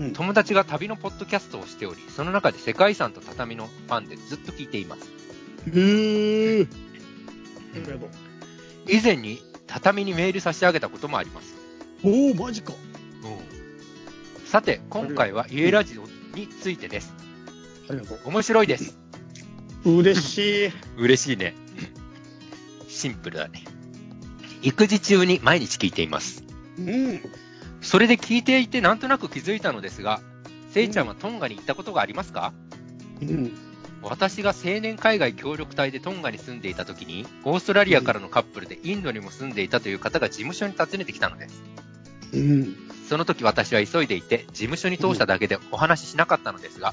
B: うん。
A: うん
B: 友達が旅のポッドキャストをしており、その中で世界遺産と畳のファンでずっと聞いています。
A: へえ。ありがとう。
B: 以前に畳にメール差し上げたこともあります。
A: おお、マジか。
B: さて、今回は家ラジオについてです。
A: ありがと
B: 面白いです。
A: う。嬉しい。
B: 嬉しいね。シンプルだね。育児中に毎日聞いています。
A: うん。
B: それで聞いていてなんとなく気づいたのですが、せいちゃんはトンガに行ったことがありますか、
A: うん。
B: 私が青年海外協力隊でトンガに住んでいた時に、オーストラリアからのカップルでインドにも住んでいたという方が事務所に訪ねてきたのです。
A: うん。
B: その時私は急いでいて、事務所に通しただけでお話ししなかったのですが、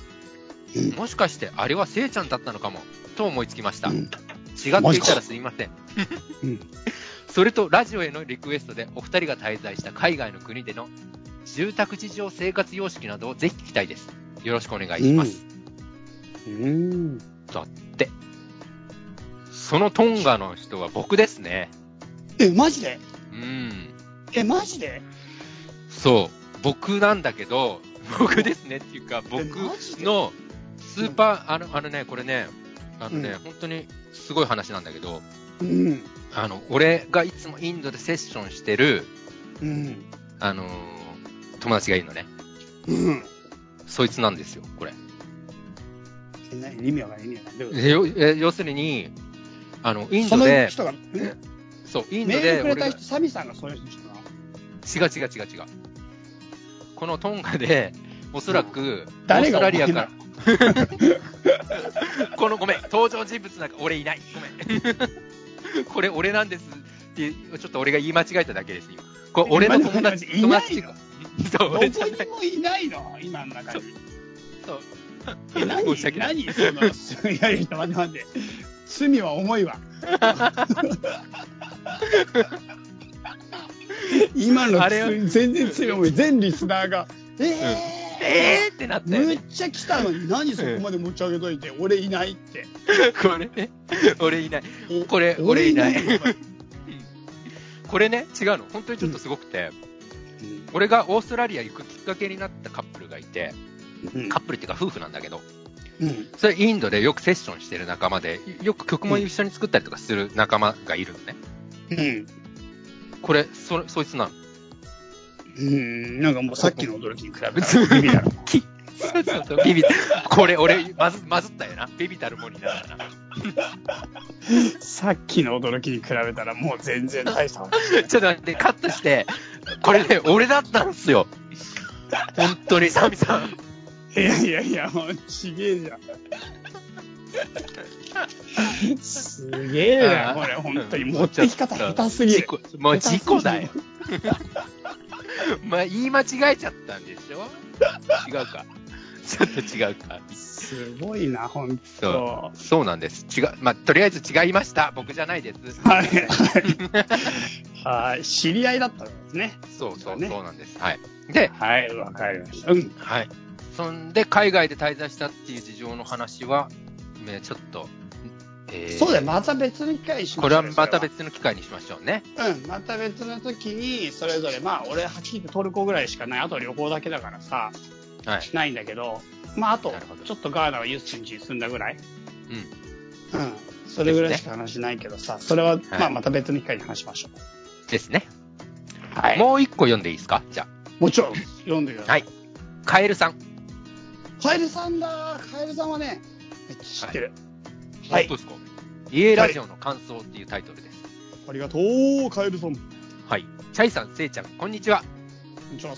A: うん
B: もしかしてあれはせいちゃんだったのかも、と思いつきました。
A: う
B: 違っ
A: ん
B: ていたらすみません。
A: うん。
B: それとラジオへのリクエストでお二人が滞在した海外の国での住宅事情生活様式などをぜひ聞きたいです。よろしくお願いします。
A: うん。
B: だって。そのトンガの人は僕ですね。
A: え、マジで
B: うん。
A: え、マジで
B: そう。僕なんだけど、僕ですねっていうか、僕
A: マジで
B: のスーパー、あの、あのね、これね、あのね、
A: うん
B: 本当にすごい話なんだけど、
A: うん。
B: あの、俺がいつもインドでセッションしてる、
A: うん。
B: あのー友達がいるのね。
A: うん。
B: そいつなんですよ、これ。
A: え何意味わかんない、意味わかんないどういうこ
B: えよえ要するに、あの、
A: と。
B: イ
A: そ
B: ンド
A: の
B: で、
A: 人が、ん
B: そう、インド
A: メール
B: で
A: くれ
B: 俺
A: た
B: が、
A: 人、サミさんがそういう人なの
B: 違う違う違う違う。このトンガで、おそらく、
A: 誰が
B: オーストラリアか
A: お
B: ら、 [LAUGHS] このごめん、登場人物なんか俺いない。ごめん。 [LAUGHS] これ俺なんですって、ちょっと俺が言い間違えただけです、今。これ俺の友達、
A: 今
B: 友
A: の
B: 達
A: 話いないの
B: そう、
A: どこ
B: 俺じゃない。
A: にもいないの今の中に。
B: そう
A: え何
B: 申し訳ない。
A: 何その、
B: [LAUGHS]
A: いやいや、待って待って。罪は重いわ。今の
B: あれは
A: つ全然強い全リスナーが「え
B: えーってなっ
A: ー、
B: たよ
A: む
B: ね
A: っ。ちゃ来たのに何そこまで持ち上げといて俺いない」って
B: [LAUGHS] これね、俺いない。
A: お
B: これ、俺いない
A: 俺。
B: これね、違うの。本当にちょっとすごくて、俺がオーストラリア行くきっかけになったカップルがいて、
A: うん
B: カップルっていうか夫婦なんだけど、
A: うん
B: それインドでよくセッションしてる仲間で、よく曲も一緒に作ったりとかする仲間がいるのね。
A: うん
B: これ、そ、そいつなの。
A: うんなんかもうさっきの驚きに比べたらビビ
B: [LAUGHS]
A: だろ
B: きそうそうそうビビこれ、俺、まず、まずったよな。ビビたるもんになったな。
A: さっきの驚きに比べたらもう全然大した話
B: ちょっと待って、カットして、これね、俺だったんすよ。本当に、サミさん。
A: いやいやいやもうちげえじゃんすげえなこれ本当に持ってき方下手すぎる
B: 事故もう事故だよ
A: 下。
B: まあ、言い間違えちゃったんで
A: [LAUGHS]
B: しょ違うか。ちょっと違うか。
A: すごいな本
B: そ
A: 当
B: う。そうなんです。違う。まあ、とりあえず違いました。僕じゃないです。
A: はいはいはい知り合いだったんですね
B: そうそう、
A: ね
B: そうなんです。はい。で、
A: はいわかりましたうん
B: はい。そんで、海外で滞在したっていう事情の話は、ね、ちょっと、えー
A: そうだよ、また別の機会にしましょ
B: こ
A: う
B: れ
A: よ
B: はまた
A: それ
B: 別の機会にしましょうね。
A: はうん、また別の時に、それぞれ、まあ、俺、はっきり言ってトルコぐらいしかない、あと旅行だけだからさ、
B: はい。
A: ないんだけど、まあ、あと
B: なるほど、
A: ちょっとガーナはユースチンに住んだぐらい、
B: うん。
A: うん、それぐらいしか話しないけどさ、それは、まあ、また別の機会に話しましょう。
B: ですね。
A: はい。も
B: もう一個読んでいいですかじゃ
A: ちろん、読んでくだ
B: あ。は
A: さい。
B: い。カエルさん。
A: カエルさんだ、カエルさんはね、めっちゃ知ってる。はい、
B: どうですか家ラジオの感想っていうタイトルです。
A: ありがとう、カエルさん。こ
B: はい。チャイさん、せいちゃん、こんにちは。
A: んにちは。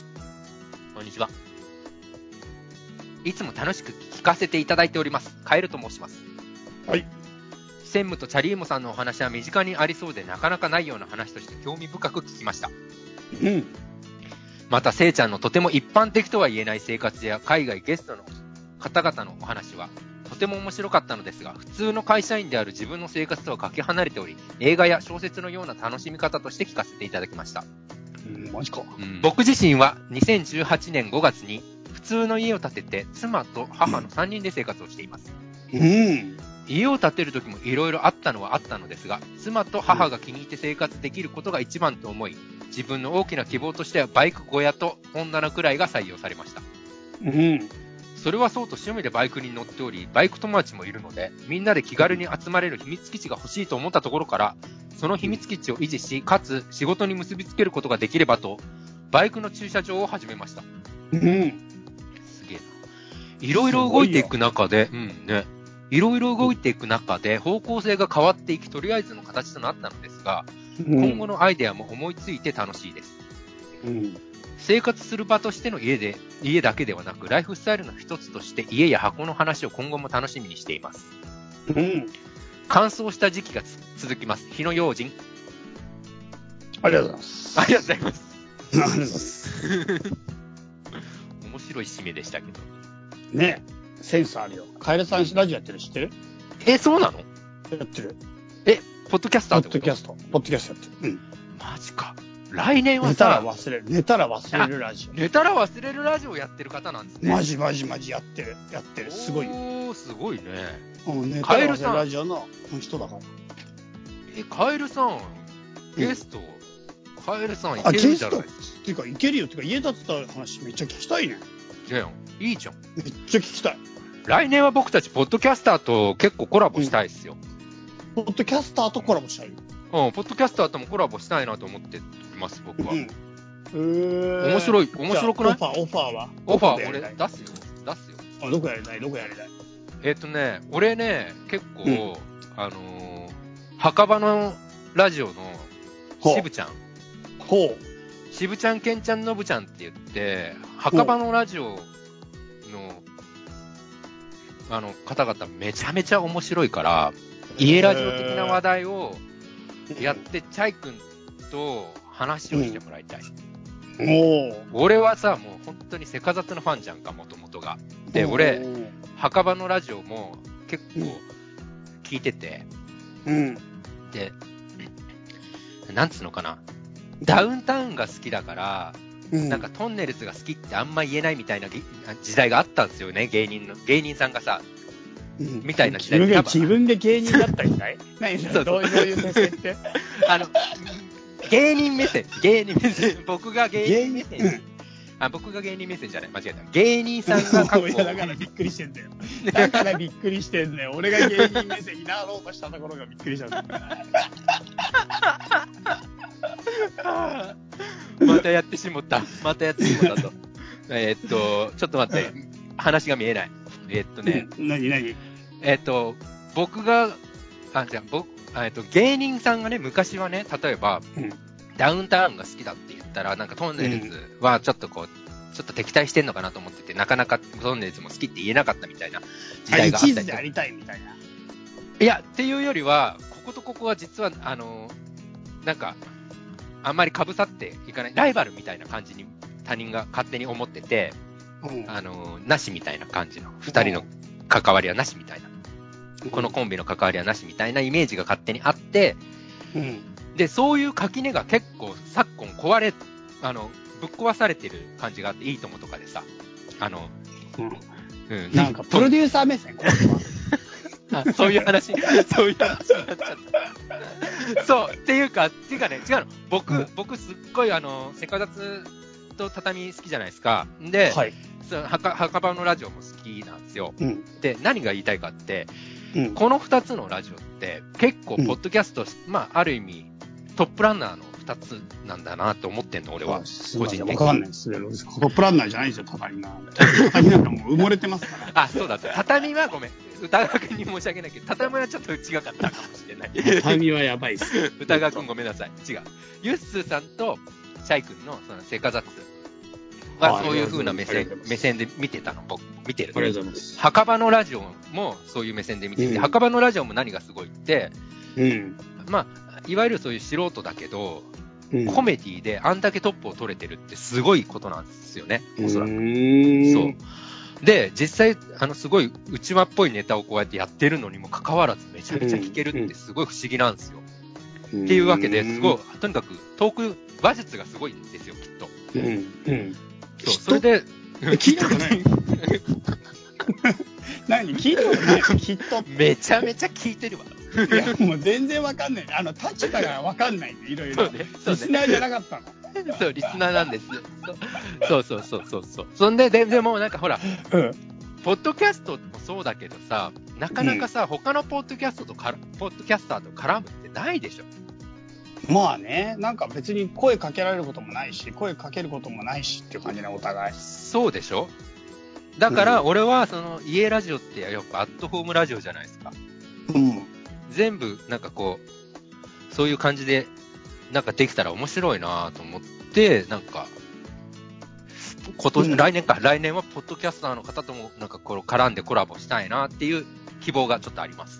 B: こんにちは。いつも楽しく聞かせていただいております。カエルと申します。
A: はい。
B: 専務とチャリーモさんのお話は身近にありそうでなかなかないような話として興味深く聞きました。
A: うん。
B: また、せいちゃんのとても一般的とは言えない生活や海外ゲストの方々のお話は、とても面白かったのですが、普通の会社員である自分の生活とはかけ離れており、映画や小説のような楽しみ方として聞かせていただきました。
A: うん、マジか。
B: 僕自身は2018年5月に普通の家を建てて妻と母の3人で生活をしています。
A: うん。
B: 家を建てる時もいろいろあったのはあったのですが、妻と母が気に入って生活できることが一番と思い、自分の大きな希望としてはバイク小屋と本棚くらいが採用されました。
A: うん。
B: それはそうと趣味でバイクに乗っており、バイク友達もいるので、みんなで気軽に集まれる秘密基地が欲しいと思ったところから、その秘密基地を維持し、かつ仕事に結びつけることができればと、バイクの駐車場を始めました。
A: うん。
B: すげえな。いろいろ動いていく中で、うんね。いろいろ動いていく中で、方向性が変わっていき、とりあえずの形となったのですが、今後のアイデアも思いついて楽しいです。
A: うん。
B: 生活する場としての家で、家だけではなく、ライフスタイルの一つとして家や箱の話を今後も楽しみにしています。
A: うん。
B: 乾燥した時期がつ続きます。火の用心。
A: ありがとうございます。
B: ありがとうございます。 [LAUGHS]
A: ありがとうございます。
B: 面白い締めでしたけど。
A: [LAUGHS] ねセンスあるよ。カエルさんラジオやってる知ってる
B: え、そうなの
A: やってる。
B: え、ポッドキャス
A: ポ
B: ター
A: ッ
B: ってこ
A: ド
B: と
A: キャスト。ポッドキャストやってる。
B: マジか。来年
A: うん。
B: は
A: 寝たら
B: さ、
A: 忘れる。寝たら忘れるラジ
B: 寝たら忘れるラジオやってる方なんです
A: オ。
B: ね。
A: [LAUGHS] マジマジマジやってる。やってる。すごいよ。
B: おー、すごいね。
A: うん、寝た
B: カ
A: ら
B: エ
A: 忘
B: ル
A: れ
B: さん
A: るラジオの人だから。
B: え、カエルさん、ゲスト、カエルさんい
A: あ、
B: け
A: ゲ
B: るんじ
A: ス
B: ゃな
A: ト
B: い
A: っていうか、いけるよ。っていうか、家建てた話めっちゃ聞きたいね。
B: じゃあいいじゃん。
A: めっちゃ聞きたい。
B: 来年は僕たち、ポッドキャスターと結構コラボしたいっすよ。
A: ポッドキャスターとコラボしたい。
B: うん、ポッドキャスターともコラボしたいなと思っています、僕は。
A: うん。へー
B: 面白い面白くない
A: じゃあオファー、オファーは
B: オファ
A: どこで
B: ー
A: や
B: 俺
A: り
B: 出
A: たい
B: すよ。出すよ。
A: あどこやりたいどこやりたい
B: えっ、とね、俺ね、結構、
A: うん
B: あのー墓場のラジオの
A: ほう
B: しぶちゃん。
A: ほ
B: しぶちゃん、けんちゃん、のぶちゃんって言って、墓場のラジオの、あの、方々めちゃめちゃ面白いから、家ラジオ的な話題を
A: う。
B: やって、チャイ君と話をしてもらいたい。
A: おー
B: 俺はさ、もう本当にセカザツのファンじゃんか、もともとが。で、
A: お
B: 俺、
A: ー
B: 墓場のラジオも結
A: うん
B: 構聞いてて、
A: うん。
B: で、なんつうのかな、ダウンタウンが好きだから、
A: うん
B: なんかトンネルズが好きってあんま言えないみたいなぎ時代があったんですよね、芸人の、芸人さんがさ、
A: うん
B: みたいな時
A: 自
B: 代
A: 分
B: 多
A: が
B: 分
A: 自分で芸人だったみたい何
B: そ
A: それ
B: うそう
A: どういうどういう目線って。
B: あの、芸人目線、芸人目線、僕が芸人目線、あ、僕が芸人目線じゃない、間違えた。芸人さんが
A: [LAUGHS]
B: 過去
A: いやだからびっくりしてんだよ。だからびっくりしてんだよ。俺が芸人目線になろうとしたところがびっくりしたんだよ。
B: またやってしもった。またやってしもったと。えーっと、ちょっと待って。話が見えない。えーっとね、
A: うん何何
B: えーっと、僕が、あ、じゃあ僕、あえーっと、芸人さんがね、昔はね、例えば、
A: うん
B: ダウンタウンが好きだって言ったら、なんかトンネルズはちょっとこう、ちょっと敵対してんのかなと思ってて、なかなかトンネルズも好きって言えなかったみたいな時代があっ
A: チー
B: た
A: ズ
B: り
A: で
B: と
A: あ
B: か。
A: りたいみたいな。
B: いや、っていうよりは、こことここは実は、あの、なんか、あんまり被さっていかない、ライバルみたいな感じに他人が勝手に思ってて、
A: うん
B: あの、なしみたいな感じの、二人の関わりはなしみたいな、このコンビの関わりはなしみたいなイメージが勝手にあって、
A: うん
B: で、そういう垣根が結構昨今壊れ、あの、ぶっ壊されてる感じがあって、いいともとかでさ、あの、うん、
A: なんかプロデ
B: ュ
A: ューサー目線、これは。
B: ーそういう話、 [LAUGHS] そういう話になっちゃった。そう、っていうか、っていうかね、違うの。
A: う
B: 僕
A: ん、
B: 僕すっごいあの、セカダツと畳好きじゃないですか。で、
A: はい。
B: その墓墓場のラジオも好きなんですよ。
A: うん。
B: で、何が言いたいかって、
A: うん。
B: この2つのラジオって、結構、ポ
A: うん
B: ッドキャスト、まあ、ある意味、トップランナーの2つなんだなと思ってんの、俺は。
A: すいません
B: 個人的に
A: わかんないです。ここプランナーじゃないですよ、畳な。畳なんかもう埋もれてますから。
B: あ、そうだった。畳はごめん。歌川くんに申し訳ないけど、畳はちょっと違かったかもしれない。 [LAUGHS]
A: 畳はやばいっす。
B: 歌川くんごめんなさい。違う。ユッスーさんと、シャイくんの、その、セカザッツは、
A: あ
B: そういう風な目
A: ありがとうござ
B: 線
A: いま、す
B: 目線で見てたの、僕、見てる。
A: うございます。
B: 墓場のラジオも、そういう目線で見てて、
A: うん
B: 墓場のラジオも何がすごいって、
A: うん。
B: まあ、いわゆるそういう素人だけど、
A: うん
B: コメディであんだけトップを取れてるってすごいことなんですよね、おそらく。
A: く
B: そう。。で、実際、あの、すごい内輪っぽいネタをこうやってやってるのにもかかわらず、めちゃめちゃ聞けるってすごい不思議なんですよ。
A: っ
B: っていうわけで、すごい、とにかくトーク話術がすごいんですよ、きっと。
A: い。うん。うん。
B: そ
A: き
B: う、
A: っと
B: それで、
A: [LAUGHS] 聞いたことない何聞いたことないきっと
B: めちゃめちゃ聞いてるわ。
A: いやもう全然わかんないあの立場がわかんないんでいろい
B: そ
A: ろ
B: うね、そう
A: リ
B: ね
A: ス。ナーじゃなかったの
B: そう、リスナーなんです。そうそうそうそうそう。そんで、全然もうなんかほら、
A: うん
B: ポッドキャストもそうだけどさ、なかなかさ、他のポッドキャストとから、ポッドキャスターと絡むってないでしょ。
A: まあねなんか別に声かけられることもないし声かけることもないしっていう感じねお互い
B: そうでしょだから、
A: う
B: 俺は、その、家ラジオってやっぱアットホームラジオじゃないですか。
A: うん
B: 全部、なんかこう、そういう感じで、なんかできたら面白いなと思って、なんか、こと、
A: うん
B: 来年か、来年はポッドキャスターの方とも、なんかこう、絡んでコラボしたいなっていう希望がちょっとあります。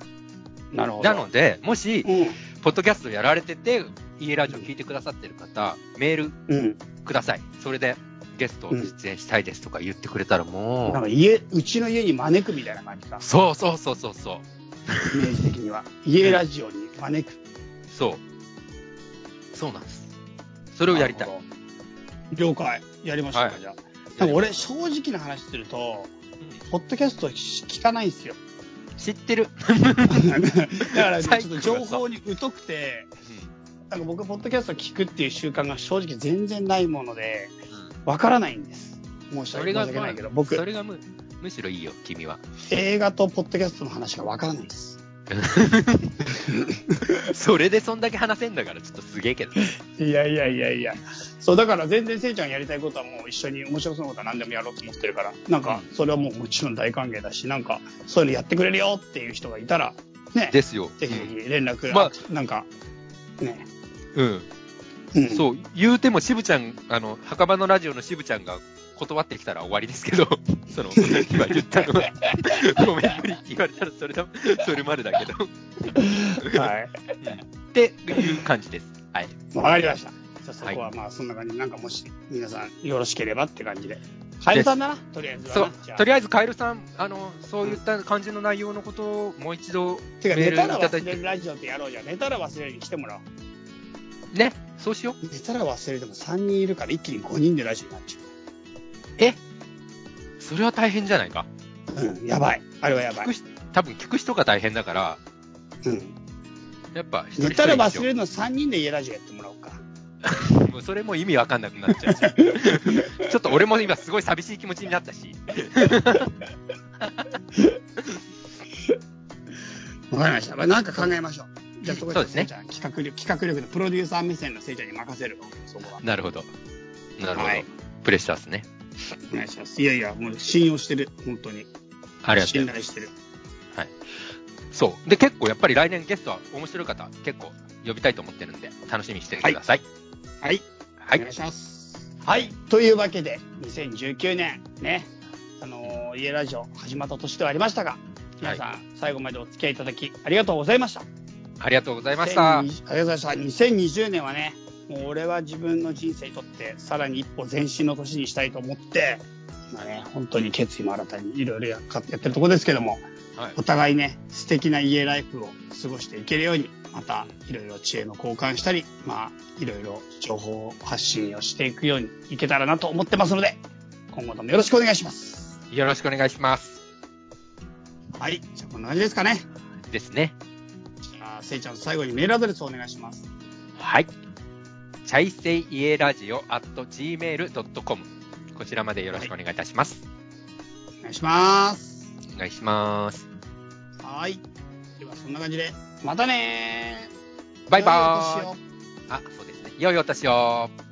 A: なるほど
B: なので、もし、
A: う
B: ポッドキャストやられてて、家ラジオ聞いてくださってる方、メール
A: んうん
B: ください。それで、ゲスト出演したいですとか言ってくれたらもう、
A: なんか家うちの家に招くみたいな感じか
B: そうそうそうそうそう。
A: イメージ的には家ラジオに招く
B: そう。そうなんです。それをやりたい
A: な。るほど了解やりましょうか、
B: はい
A: じゃあなんか俺正直な話すると
B: うん
A: ポッドキャスト聞かないん [LAUGHS] ですよ
B: 知ってる。
A: だから、ちょっと情報に疎くて、なんか僕、ポッドキャスト聞くっていう習慣が正直全然ないもので、わからないんです。申し
B: そ
A: 訳申
B: れが、
A: し訳ないけど、
B: そ
A: 僕、
B: れがむ、むしろいいよ、君は。
A: 映画とポッドキャストの話がわからないです。
B: それでそんだけ話せんだから、ちょっとすげえけ
A: [LAUGHS]
B: ど。
A: いやいやいやいや。そう、だから全然せいちゃんやりたいことはもう一緒に面白そうなことは何でもやろうと思ってるから、なんか、それはもうもちろん大歓迎だし、なんか、そういうのやってくれるよっていう人がいたら、ね、
B: ですよ。
A: ぜひぜひ連絡、
B: ま
A: なんか、ね、
B: うん。
A: うん
B: そう、言うても渋ちゃん、あの、墓場のラジオの渋ちゃんが断ってきたら終わりですけど、 [LAUGHS] その、今言った
A: [LAUGHS]
B: のは、ごめん、無理って言われたらそれだ、それまでだけ
A: [LAUGHS]
B: ど、
A: はい。
B: っていう感じです。はい。
A: わかりました。じゃあそこはまあそんな感じで、なんかもし皆さんよろしければって感じで。カエルさんだな、とりあえず
B: そ
A: は
B: う
A: な。じゃ、あ
B: とりあえず、カエルさん、あの、そういった感じの内容のことをもう一度、
A: てか、
B: メ
A: 寝
B: ール
A: たら
B: いただい
A: 忘
B: て
A: れるラジオってやろうじゃん。寝たら忘れるに来てもらおう。
B: いね、そうしよう。
A: 寝たら忘れても3人いるから一気に5人でラジオになっち
B: えそれは大変じゃないか。
A: ゃう。うん、やばい。あれはやば
B: 聞
A: い
B: く。し多分聞く人が大変だから、
A: うん。
B: やっぱ一
A: 寝
B: 人一人
A: たら
B: にし
A: 忘
B: よう
A: れるの3人で家ラジオやってもらおうか。
B: もうそれも意味わかんなくな
A: [LAUGHS]
B: っちゃうしちょっと俺も今すごい寂しい気持ちになったし。
A: わかりました。まあなんか考えましょう。じゃあそこ
B: そうですね
A: せいちゃん企画力、企画力のプロデューサー目線のせいちゃんに任せるわそこは。
B: なるほど。なるほど。
A: はい
B: プレッシャーですね。
A: お願いします。いやいや、もう信用してる。本当に。
B: ありがとう
A: 信
B: ござい
A: 頼してる。
B: ます。はい。そう。で、結構やっぱり来年ゲストは面白い方、結構呼びたいと思ってるんで、楽しみにしててください。
A: はい。
B: は
A: お
B: い。は
A: 願い
B: い。
A: します。はい。というわけで、2019年、ね、あのー家ラジオ始まった年ではありましたが、皆さん、最後までお付き合いいただき、ありがとうございました。
B: ありがとうございま
A: 2020
B: し
A: あ
B: た
A: り。がとうございました。2020年はね、もう俺は自分の人生にとって、さらに一歩前進の年にしたいと思って、まあね、本当に決意も新たにいろいろやっかやってるところですけども、
B: はい
A: お。互いね、素敵な家ライフを過ごしていけるように、また、いろいろ知恵の交換したり、まあ、いろいろ情報発信をしていくようにいけたらなと思ってますので、今後ともよろしくお願いします。
B: よろしくお願いします。
A: はい、じゃあこんな感じですかね。
B: ですね。
A: じゃあ、せいちゃん最後にメールアドレスをお願いします。
B: はい。チャイセイイエラジオ at gmail.com。こちらまでよろしくお願いいたします。
A: お願いします。
B: お願いします。
A: はい。では、そんな感じで、またねー
B: バイバ
A: 良いお年
B: ー
A: を
B: イ。あ、そうですね。良いお年を。